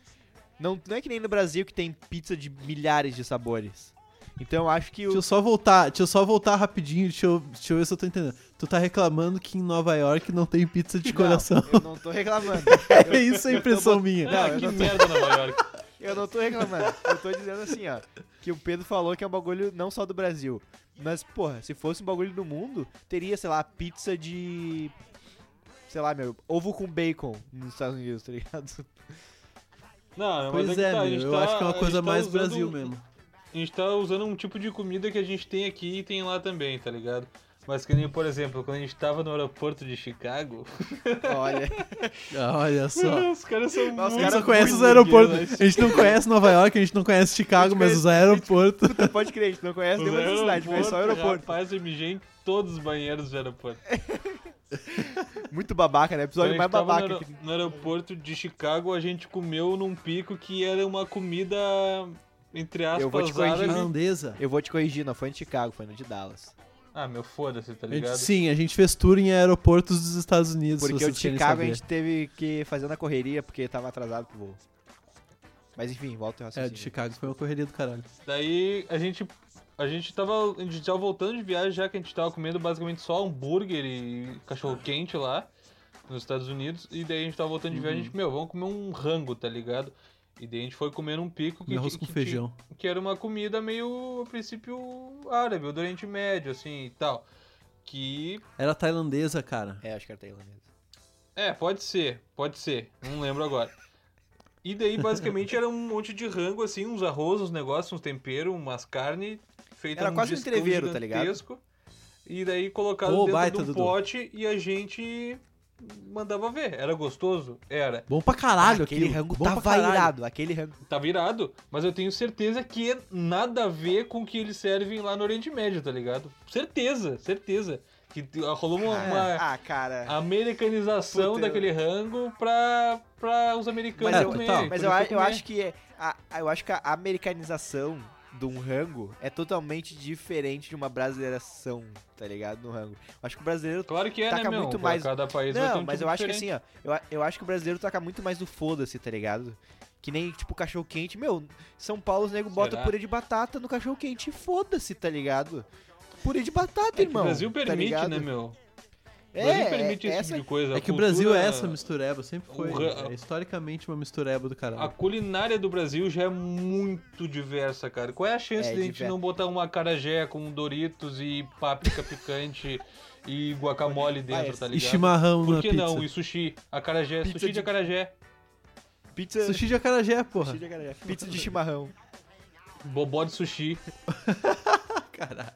Speaker 3: Não, não é que nem no Brasil que tem pizza de milhares de sabores. Então eu acho que
Speaker 2: Deixa
Speaker 3: o.
Speaker 2: eu só voltar, deixa eu só voltar rapidinho, deixa eu, deixa eu ver se eu tô entendendo. Tu tá reclamando que em Nova York não tem pizza de coração.
Speaker 3: Não, eu não tô reclamando.
Speaker 2: É isso a impressão minha.
Speaker 3: Não,
Speaker 4: ah,
Speaker 3: eu
Speaker 4: que
Speaker 3: não tô-
Speaker 4: merda Nova York.
Speaker 3: Eu não tô reclamando. Eu tô dizendo assim, ó. Que o Pedro falou que é um bagulho não só do Brasil. Mas, porra, se fosse um bagulho do mundo, teria, sei lá, pizza de. Sei lá, meu, ovo com bacon nos Estados Unidos, tá ligado?
Speaker 4: Não, mas
Speaker 2: Pois
Speaker 4: que
Speaker 2: é,
Speaker 4: tá, a
Speaker 2: meu,
Speaker 4: gente
Speaker 2: eu
Speaker 4: tá-
Speaker 2: acho que é
Speaker 4: a
Speaker 2: uma
Speaker 4: gente
Speaker 2: coisa
Speaker 4: tá
Speaker 2: mais
Speaker 4: usando
Speaker 2: Brasil
Speaker 4: um-
Speaker 2: mesmo.
Speaker 4: A gente tá usando um tipo de comida que a gente tem aqui e tem lá também, tá ligado? Mas que nem, por exemplo, quando a gente tava no aeroporto de Chicago,
Speaker 3: Olha. Ah,
Speaker 2: Olha só.
Speaker 4: os caras são
Speaker 3: Nossa,
Speaker 2: A
Speaker 4: muito
Speaker 2: gente
Speaker 3: cara
Speaker 2: só conhece
Speaker 4: muito
Speaker 2: os aeroportos.
Speaker 3: né?
Speaker 4: burgueses.
Speaker 2: A gente não conhece Nova York, a gente não conhece Chicago, mas os aeroportos.
Speaker 3: Puta, pode crer, a gente não conhece
Speaker 4: Os
Speaker 3: nenhuma dessa cidade, conhece é só o aeroporto.
Speaker 4: Rapaz, eu mijei em todos os banheiros do aeroporto.
Speaker 3: Muito babaca, né?
Speaker 4: Quando a
Speaker 3: Episódio
Speaker 4: gente
Speaker 3: mais
Speaker 4: tava
Speaker 3: babaca.
Speaker 4: No,
Speaker 3: que-
Speaker 4: aer- no aeroporto de Chicago, a gente comeu num pico que era uma comida, entre aspas,
Speaker 3: Eu vou te corrigir.
Speaker 4: árabe.
Speaker 2: Irlandesa.
Speaker 3: Eu vou te corrigir, não foi no de Chicago, foi no de Dallas.
Speaker 4: Ah, meu, foda-se, tá
Speaker 2: A gente-
Speaker 4: ligado?
Speaker 2: sim, a gente fez tour em aeroportos dos Estados Unidos,
Speaker 3: Porque
Speaker 2: se
Speaker 3: o
Speaker 2: vocês
Speaker 3: de
Speaker 2: querem
Speaker 3: Chicago a
Speaker 2: saber.
Speaker 3: gente tá teve que fazer na correria porque tava atrasado pro voo. Mas enfim, volta o
Speaker 2: É, o
Speaker 3: raciocínio.
Speaker 2: de Chicago foi uma correria do caralho.
Speaker 4: Daí a gente. A gente tava. A gente tava voltando de viagem já que a gente tava comendo basicamente só hambúrguer e cachorro quente lá nos Estados Unidos. E daí a gente tava voltando de viagem,
Speaker 2: Uhum.
Speaker 4: a gente, meu, vamos comer um rango, tá ligado? E daí a gente foi comer um pico que,
Speaker 2: Arroz
Speaker 4: que-
Speaker 2: com
Speaker 4: que-
Speaker 2: feijão.
Speaker 4: que era uma comida meio, a princípio, árabe, ou do Oriente Médio, assim e tal. Que
Speaker 2: Era tailandesa, cara.
Speaker 3: É, acho que era tailandês.
Speaker 4: É, pode ser, pode ser. Não lembro agora. E daí, basicamente, era um monte de rango, assim, uns arroz, uns negócios, uns temperos, umas carnes, feitas
Speaker 3: Era
Speaker 4: num
Speaker 3: quase um
Speaker 4: discão
Speaker 3: entreveiro, tá ligado?
Speaker 4: gigantesco. E daí colocado
Speaker 2: Ô,
Speaker 4: dentro
Speaker 2: baita,
Speaker 4: de um
Speaker 2: Dudu.
Speaker 4: pote e a gente mandava ver. Era gostoso? Era.
Speaker 2: Bom pra caralho
Speaker 3: aquele
Speaker 2: aquilo.
Speaker 3: rango tá
Speaker 2: Bom pra
Speaker 3: tava
Speaker 2: caralho.
Speaker 3: irado, aquele rango.
Speaker 4: Tá virado, mas eu tenho certeza que é nada a ver com o que eles servem lá no Oriente Médio, tá ligado? Certeza, certeza. Que rolou uma- uma,
Speaker 3: Ah, cara.
Speaker 4: A americanização
Speaker 3: Puta, eu-
Speaker 4: daquele rango pra, pra os americanos
Speaker 3: Mas é, então,
Speaker 2: eu-
Speaker 4: comerem.
Speaker 2: total.
Speaker 3: Mas
Speaker 4: pra
Speaker 3: eu, a-
Speaker 4: eles
Speaker 3: eu
Speaker 4: comerem.
Speaker 3: acho que é- a, a- eu acho que a americanização de um rango é totalmente diferente de uma brasileiração, tá ligado? No rango. Eu acho que o brasileiro
Speaker 4: Claro que é,
Speaker 3: taca
Speaker 4: né, meu?
Speaker 3: muito
Speaker 4: Pra
Speaker 3: mais-
Speaker 4: Cada país vai ter
Speaker 3: Não,
Speaker 4: um
Speaker 3: mas
Speaker 4: tipo
Speaker 3: eu acho
Speaker 4: diferente.
Speaker 3: que assim, ó, eu, a- eu acho que o brasileiro toca muito mais do foda-se, tá ligado? Que nem, tipo, cachorro quente. Meu, São Paulo os nego bota
Speaker 4: Será?
Speaker 3: purê de batata no cachorro quente e foda-se, tá ligado? Purê de batata,
Speaker 4: É que
Speaker 3: irmão.
Speaker 4: o Brasil
Speaker 3: tá
Speaker 4: permite,
Speaker 3: ligado?
Speaker 4: né, meu? O
Speaker 3: É,
Speaker 4: Brasil permite
Speaker 3: é-
Speaker 4: esse
Speaker 3: essa-
Speaker 4: tipo de coisa.
Speaker 2: É
Speaker 4: A
Speaker 2: que o Brasil
Speaker 4: cultura-
Speaker 2: é essa mistureba, sempre foi.
Speaker 4: O ra- Ah, tá
Speaker 2: é historicamente uma mistureba do
Speaker 4: A
Speaker 2: caralho.
Speaker 4: culinária do Brasil já é muito diversa, cara. Qual é a chance
Speaker 3: É
Speaker 4: de a gente
Speaker 3: diver-
Speaker 4: não botar uma carajé com Doritos e páprica picante e guacamole dentro,
Speaker 3: Parece.
Speaker 4: tá
Speaker 2: E
Speaker 4: ligado?
Speaker 2: chimarrão
Speaker 4: Por
Speaker 2: na
Speaker 4: que
Speaker 2: pizza.
Speaker 4: não? E sushi. Acarajé.
Speaker 3: Pizza
Speaker 4: sushi de
Speaker 3: de-
Speaker 4: acarajé. é
Speaker 3: Pizza,
Speaker 2: Sushi de acarajé, porra.
Speaker 3: sushi de acarajé, pizza de chimarrão.
Speaker 4: Bobó de sushi.
Speaker 2: Caralho.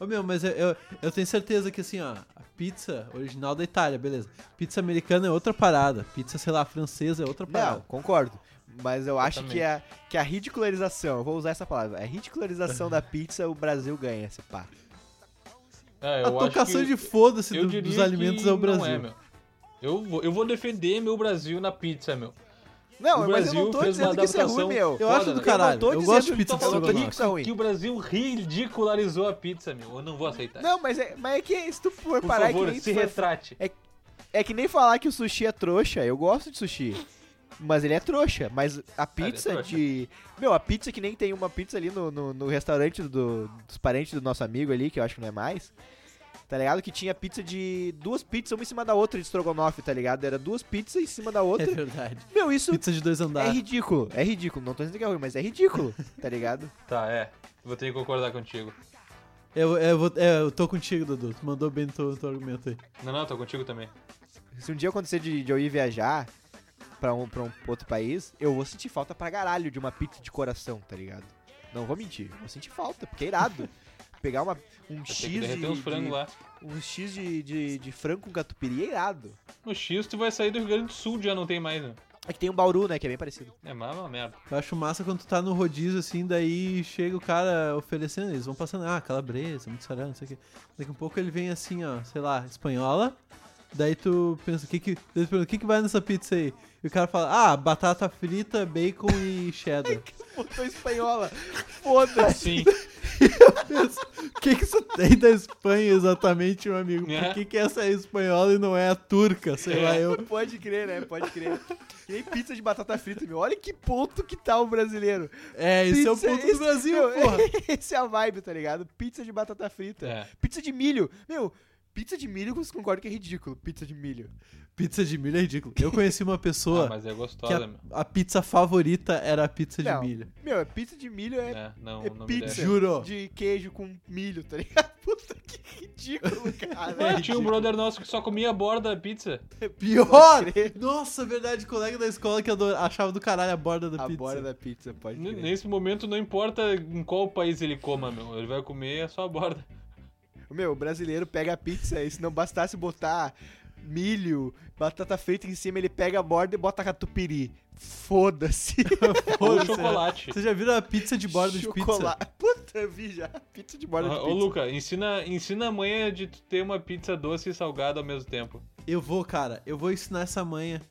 Speaker 2: Ô meu, mas eu, eu, eu tenho certeza que assim, ó, a pizza original da Itália, beleza. Pizza americana é outra parada. Pizza, sei lá, francesa é outra
Speaker 3: Não,
Speaker 2: parada.
Speaker 3: concordo. Mas eu acho
Speaker 4: Exatamente.
Speaker 3: que a, que é a ridicularização, eu vou usar essa palavra, é a ridicularização da pizza, o Brasil ganha esse pá.
Speaker 4: É,
Speaker 2: a
Speaker 4: eu acho
Speaker 2: tocação
Speaker 4: que...
Speaker 2: de foda-se
Speaker 4: Eu
Speaker 2: do-
Speaker 4: diria
Speaker 2: dos alimentos
Speaker 4: que
Speaker 2: ao
Speaker 4: não é,
Speaker 2: Brasil.
Speaker 4: meu. eu, vou, eu vou defender meu Brasil na pizza, meu.
Speaker 3: Não,
Speaker 4: O
Speaker 3: mas eu não
Speaker 4: Brasil
Speaker 3: tô
Speaker 4: fez uma
Speaker 3: dizendo que isso é ruim,
Speaker 4: adaptação
Speaker 3: meu.
Speaker 2: eu
Speaker 4: foda,
Speaker 2: acho do
Speaker 4: né?
Speaker 2: caralho.
Speaker 3: Eu não tô
Speaker 2: Eu,
Speaker 3: dizendo
Speaker 2: gosto de
Speaker 3: que
Speaker 2: pizza
Speaker 3: tá falando
Speaker 2: estrogonofe.
Speaker 3: que isso é ruim.
Speaker 4: Que o Brasil ridicularizou a pizza, meu. Eu não vou aceitar.
Speaker 3: Não, mas é, mas é que se tu for
Speaker 4: Por
Speaker 3: parar,
Speaker 4: favor,
Speaker 3: é, que nem
Speaker 4: se
Speaker 3: tu for-
Speaker 4: retrate.
Speaker 3: é que nem falar que o sushi é trouxa, eu gosto de sushi. Mas ele é trouxa, mas a pizza
Speaker 4: trouxa.
Speaker 3: de. Meu, a pizza que nem tem uma pizza ali no, no, no restaurante do, dos parentes do nosso amigo ali, que eu acho que não é mais. Tá ligado? Que tinha pizza de. Duas pizzas, uma em cima da outra de estrogonofe, tá ligado? Era duas pizzas em cima da
Speaker 2: É
Speaker 3: outra.
Speaker 2: verdade.
Speaker 3: Meu, isso
Speaker 2: Pizza de dois
Speaker 3: é
Speaker 2: andares.
Speaker 3: ridículo. É ridículo. Não tô dizendo que é ruim, mas é ridículo, tá ligado?
Speaker 4: Tá, é. Vou ter que concordar contigo.
Speaker 2: Eu, eu, vou- é, eu tô contigo, Dudu. Tu mandou bem no teu, teu argumento aí.
Speaker 4: Não, não, tô contigo também.
Speaker 3: Se um dia acontecer de, de eu ir viajar pra um, pra um outro país, eu vou sentir falta pra caralho de uma pizza de coração, tá ligado? Não vou mentir, vou sentir falta, porque é irado. Pegar uma, um
Speaker 4: Vai
Speaker 3: X
Speaker 4: ter que derreter
Speaker 3: de,
Speaker 4: uns frangos
Speaker 3: de-
Speaker 4: lá.
Speaker 3: um X de, de, de frango com catupiry é irado.
Speaker 4: No X, tu vai sair do Rio Grande do Sul, já não tem mais, né?
Speaker 3: É que tem um bauru, né, que é bem parecido.
Speaker 4: É mas é uma merda.
Speaker 2: Eu acho massa quando tu tá no rodízio assim, daí chega o cara oferecendo, eles vão passando, ah, calabresa, mussarela, não sei o quê. Daqui a pouco ele vem assim, ó, sei lá, espanhola. Daí tu pensa, o que que, daí tu pergunta, o que que vai nessa pizza aí? E o cara fala, ah, batata frita, bacon e cheddar.
Speaker 3: Botou espanhola. Foda-se.
Speaker 4: Sim.
Speaker 2: O que que isso tem da Espanha exatamente, meu amigo? Por
Speaker 4: É.
Speaker 2: que que essa é espanhola e não é a turca? Sei lá, eu...
Speaker 3: Pode crer, né? Pode crer. Que nem pizza de batata frita, meu. Olha que ponto que tá o brasileiro.
Speaker 2: É, esse é o
Speaker 3: Pizza,
Speaker 2: ponto
Speaker 3: esse-
Speaker 2: do Brasil,
Speaker 3: meu,
Speaker 2: porra.
Speaker 3: Essa é a vibe, tá ligado? Pizza de batata frita.
Speaker 4: É.
Speaker 3: Pizza de milho. Meu, pizza de milho, eu concordo que é ridículo. Pizza de milho.
Speaker 2: Pizza de milho é ridículo. Eu conheci uma pessoa
Speaker 4: Ah, mas é
Speaker 2: que
Speaker 4: gostosa,
Speaker 2: a,
Speaker 4: meu.
Speaker 2: a pizza favorita era a pizza de
Speaker 3: Não.
Speaker 2: milho.
Speaker 3: Meu, é pizza de milho é,
Speaker 4: É, não,
Speaker 3: é
Speaker 4: não me
Speaker 3: pizza
Speaker 4: desce.
Speaker 2: Juro.
Speaker 3: de queijo com milho, tá ligado? Puta que ridículo, cara. É
Speaker 4: É, tinha um brother nosso que só comia a borda da pizza.
Speaker 2: Pior!
Speaker 3: Pode crer.
Speaker 2: Nossa, verdade, colega da escola que adora- achava do caralho a borda da
Speaker 3: A
Speaker 2: pizza.
Speaker 3: borda da pizza, pode
Speaker 4: N-
Speaker 3: crer.
Speaker 4: Nesse momento, não importa em qual país ele coma, meu. Ele vai comer só a borda.
Speaker 3: Meu, o brasileiro pega a pizza e se não bastasse botar milho, batata frita em cima, ele pega a borda e bota catupiry. Foda-se.
Speaker 4: Ou
Speaker 2: Pô,
Speaker 4: chocolate.
Speaker 2: Vocês já viram a pizza de borda de pizza?
Speaker 3: Chocolate. Puta, eu vi já. Pizza de borda de
Speaker 4: Ah,
Speaker 3: pizza.
Speaker 4: Ô, Luca, ensina, ensina a manha de tu ter uma pizza doce e salgada ao mesmo tempo.
Speaker 2: Eu vou, cara, eu vou ensinar essa manha.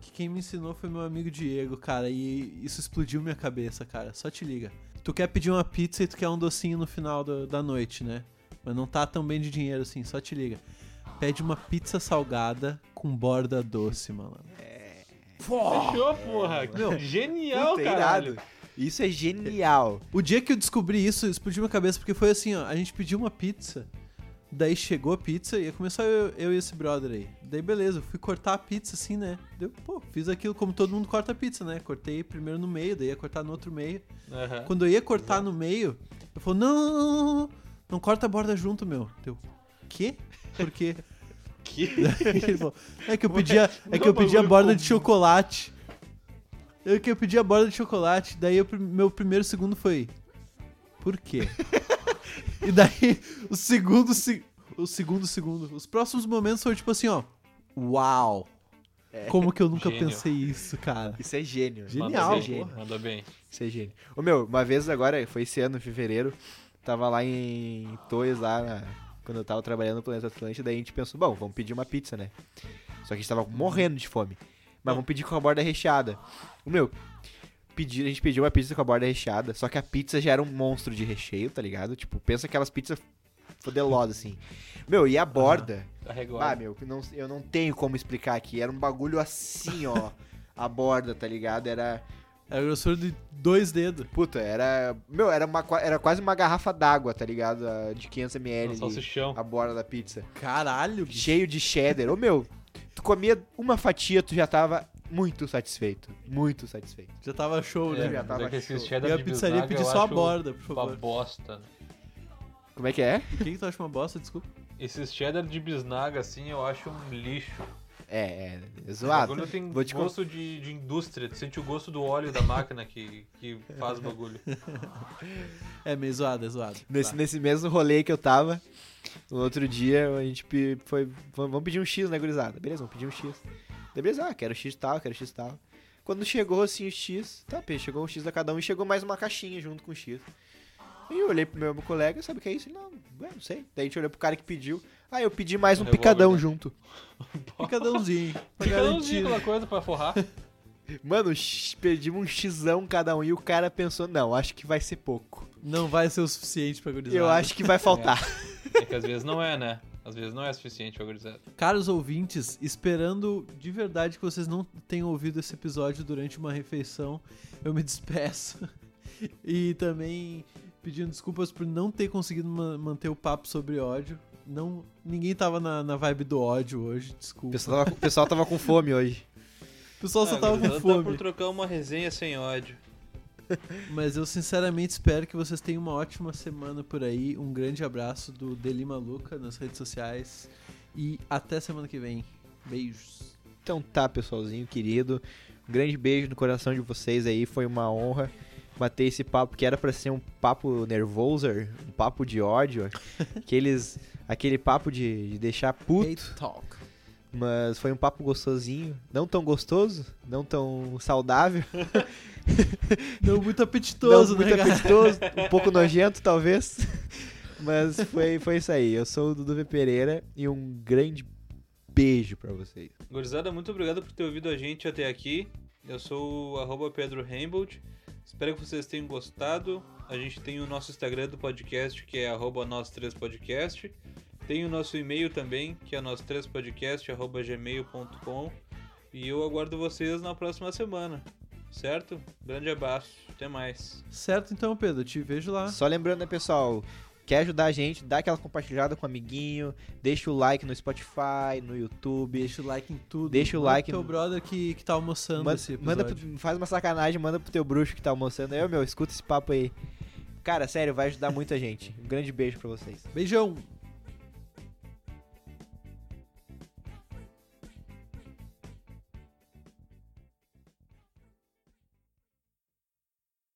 Speaker 2: Que quem me ensinou foi meu amigo Diego, cara, e isso explodiu minha cabeça, cara. Só te liga. Tu quer pedir uma pizza e tu quer um docinho no final do- da noite, né? Mas não tá tão bem de dinheiro assim, só te liga. Pede uma pizza salgada com borda doce, malandro.
Speaker 4: Fechou, porra.
Speaker 2: Meu.
Speaker 4: Genial,
Speaker 3: Puta, é
Speaker 4: cara.
Speaker 3: irado. Isso é genial.
Speaker 2: O dia que eu descobri isso, explodiu minha cabeça, porque foi assim, ó, a gente pediu uma pizza, daí chegou a pizza e começou eu, eu e esse brother aí. Daí beleza, eu fui cortar a pizza assim, né? Deu, pô, fiz aquilo como todo mundo corta a pizza, né? Cortei primeiro no meio, daí ia cortar no outro meio.
Speaker 4: Aham.
Speaker 2: Quando eu ia cortar no meio, eu falou, não, não, não, não, não, não corta a borda junto, meu. Deu, quê? Por quê?
Speaker 4: Que-
Speaker 2: Ele falou, é que eu pedi a, é
Speaker 4: não
Speaker 2: que eu
Speaker 4: é um
Speaker 2: pedi a
Speaker 4: bagulho
Speaker 2: borda
Speaker 4: comum.
Speaker 2: de chocolate. É que eu pedi a borda de chocolate. Daí eu prim- meu primeiro segundo foi. Por quê? e daí o segundo, se- o segundo segundo. Os próximos momentos foram tipo assim, ó. Uau!
Speaker 4: É.
Speaker 2: Como que eu nunca
Speaker 4: Gênio.
Speaker 2: pensei isso, cara?
Speaker 3: Isso é gênio.
Speaker 2: Genial,
Speaker 4: Mandou
Speaker 3: Isso é
Speaker 4: bem,
Speaker 3: gênio.
Speaker 4: Mandou bem.
Speaker 3: Isso é gênio. Ô, meu, uma vez agora, foi esse ano, em fevereiro, tava lá em Toys, lá na- quando eu tava trabalhando no Planeta Atlântico, daí a gente pensou, bom, vamos pedir uma pizza, né? Só que a gente tava morrendo de fome. Mas vamos pedir com a borda recheada. O meu, pedi, a gente pediu uma pizza com a borda recheada, só que a pizza já era um monstro de recheio, tá ligado? Tipo, pensa aquelas pizzas fodelosas, assim. Meu, e a borda...
Speaker 4: Carregou.
Speaker 3: Ah, meu, não- eu não tenho como explicar aqui. Era um bagulho assim, ó. a borda, tá ligado? Era.
Speaker 2: É a grossura de dois dedos.
Speaker 3: Puta, era. Meu, era, uma, qua- era quase uma garrafa d'água, tá ligado? A- De 500ml.
Speaker 4: um salsichão.
Speaker 3: A borda da pizza.
Speaker 2: Caralho, bicho.
Speaker 3: Cheio de cheddar. Ô, meu, tu comia uma fatia, tu já tava muito satisfeito. Muito satisfeito.
Speaker 2: Já tava show,
Speaker 4: É,
Speaker 2: né?
Speaker 3: já
Speaker 4: mas
Speaker 3: tava
Speaker 4: é que esses
Speaker 3: show.
Speaker 4: cheddar
Speaker 2: E a
Speaker 4: de
Speaker 2: pizzaria
Speaker 4: bisnaga
Speaker 2: pedir
Speaker 4: eu
Speaker 2: só a
Speaker 4: acho
Speaker 2: borda, por
Speaker 4: Uma
Speaker 2: favor.
Speaker 4: bosta. né?
Speaker 3: Como é que é?
Speaker 2: O que, que tu acha uma bosta? Desculpa.
Speaker 4: Esses cheddar de bisnaga, assim, eu acho um lixo.
Speaker 3: É, é.
Speaker 4: O
Speaker 3: Zoado.
Speaker 4: Tá bagulho tem
Speaker 3: Vou te con-
Speaker 4: gosto de, de indústria. Tu sente o gosto do óleo da máquina que, que faz o bagulho.
Speaker 2: É meio zoado, é zoado.
Speaker 4: Tá.
Speaker 3: Nesse, nesse mesmo rolê que eu tava, no outro dia, a gente pe- foi. v- Vamos pedir um X, né, gurizada? Beleza, vamos pedir um X. Daí, beleza, ah, quero X tal, quero X tal. Quando chegou assim o X, tá, pê, chegou um X a cada um e chegou mais uma caixinha junto com o X. E eu olhei pro meu colega, sabe o que é isso? Ele, não, ué, não sei. Daí a gente olhou pro cara que pediu. Ah, eu pedi mais um
Speaker 4: Revólver,
Speaker 3: picadão
Speaker 4: né?
Speaker 3: junto.
Speaker 2: Picadãozinho. Pra
Speaker 4: Cada um
Speaker 2: garantir.
Speaker 4: tinha
Speaker 2: né?
Speaker 4: aquela coisa pra forrar.
Speaker 3: Mano, x- pedimos um xão cada um e o cara pensou, não, acho que vai ser pouco.
Speaker 2: Não vai ser o suficiente pra gurizada.
Speaker 3: Eu acho que vai faltar.
Speaker 4: É que às vezes não é, né? Às vezes não é suficiente, organizado.
Speaker 2: Caros ouvintes, esperando de verdade que vocês não tenham ouvido esse episódio durante uma refeição, eu me despeço. E também pedindo desculpas por não ter conseguido ma- manter o papo sobre ódio. Não, ninguém tava na, na vibe do ódio hoje,
Speaker 3: O
Speaker 2: desculpa.
Speaker 3: pessoal, tava, o pessoal tava com fome hoje.
Speaker 2: O pessoal só
Speaker 4: Ah,
Speaker 2: tava com
Speaker 4: gurizada, Dá
Speaker 2: fome.
Speaker 4: por trocar uma resenha sem ódio.
Speaker 2: Mas eu sinceramente espero que vocês tenham uma ótima semana por aí. Um grande abraço do Delima Luca nas redes sociais. E até semana que vem. Beijos.
Speaker 3: Então tá, pessoalzinho querido. Um grande beijo no coração de vocês aí. Foi uma honra bater esse papo que era pra ser um papo nervoser, um papo de ódio, aqueles, aquele papo de, de deixar puto.
Speaker 2: Hate Talk.
Speaker 3: Mas foi um papo gostosinho. Não tão gostoso, não tão saudável,
Speaker 2: Não muito apetitoso,
Speaker 3: não
Speaker 2: né,
Speaker 3: muito
Speaker 2: cara?
Speaker 3: apetitoso, um pouco nojento talvez. Mas foi, foi isso aí. Eu sou o Dudu V. Pereira e um grande beijo pra vocês.
Speaker 4: Gurizada, muito obrigado por ter ouvido a gente até aqui. Eu sou o arroba Pedro Reimbold. Espero que vocês tenham gostado. A gente tem o nosso Instagram do podcast, que é arroba nós 3 podcast. Tem o nosso e-mail também, que é nós 3 podcast, arroba gmail.com. E eu aguardo vocês na próxima semana. Certo? Grande abraço. Até mais.
Speaker 2: Certo então, Pedro. Te vejo lá.
Speaker 3: Só lembrando, né, pessoal? Quer ajudar a gente? Dá aquela compartilhada com o amiguinho, deixa o like no Spotify, no YouTube.
Speaker 2: Deixa o like em tudo.
Speaker 3: Deixa o
Speaker 2: Manda
Speaker 3: like
Speaker 2: pro teu
Speaker 3: no-
Speaker 2: brother que, que tá almoçando
Speaker 3: Manda,
Speaker 2: esse episódio.
Speaker 3: manda pro- faz uma sacanagem, manda pro teu bruxo que tá almoçando. Eu, meu, escuta esse papo aí. Cara, sério, vai ajudar muita gente. Um grande beijo pra vocês.
Speaker 2: Beijão.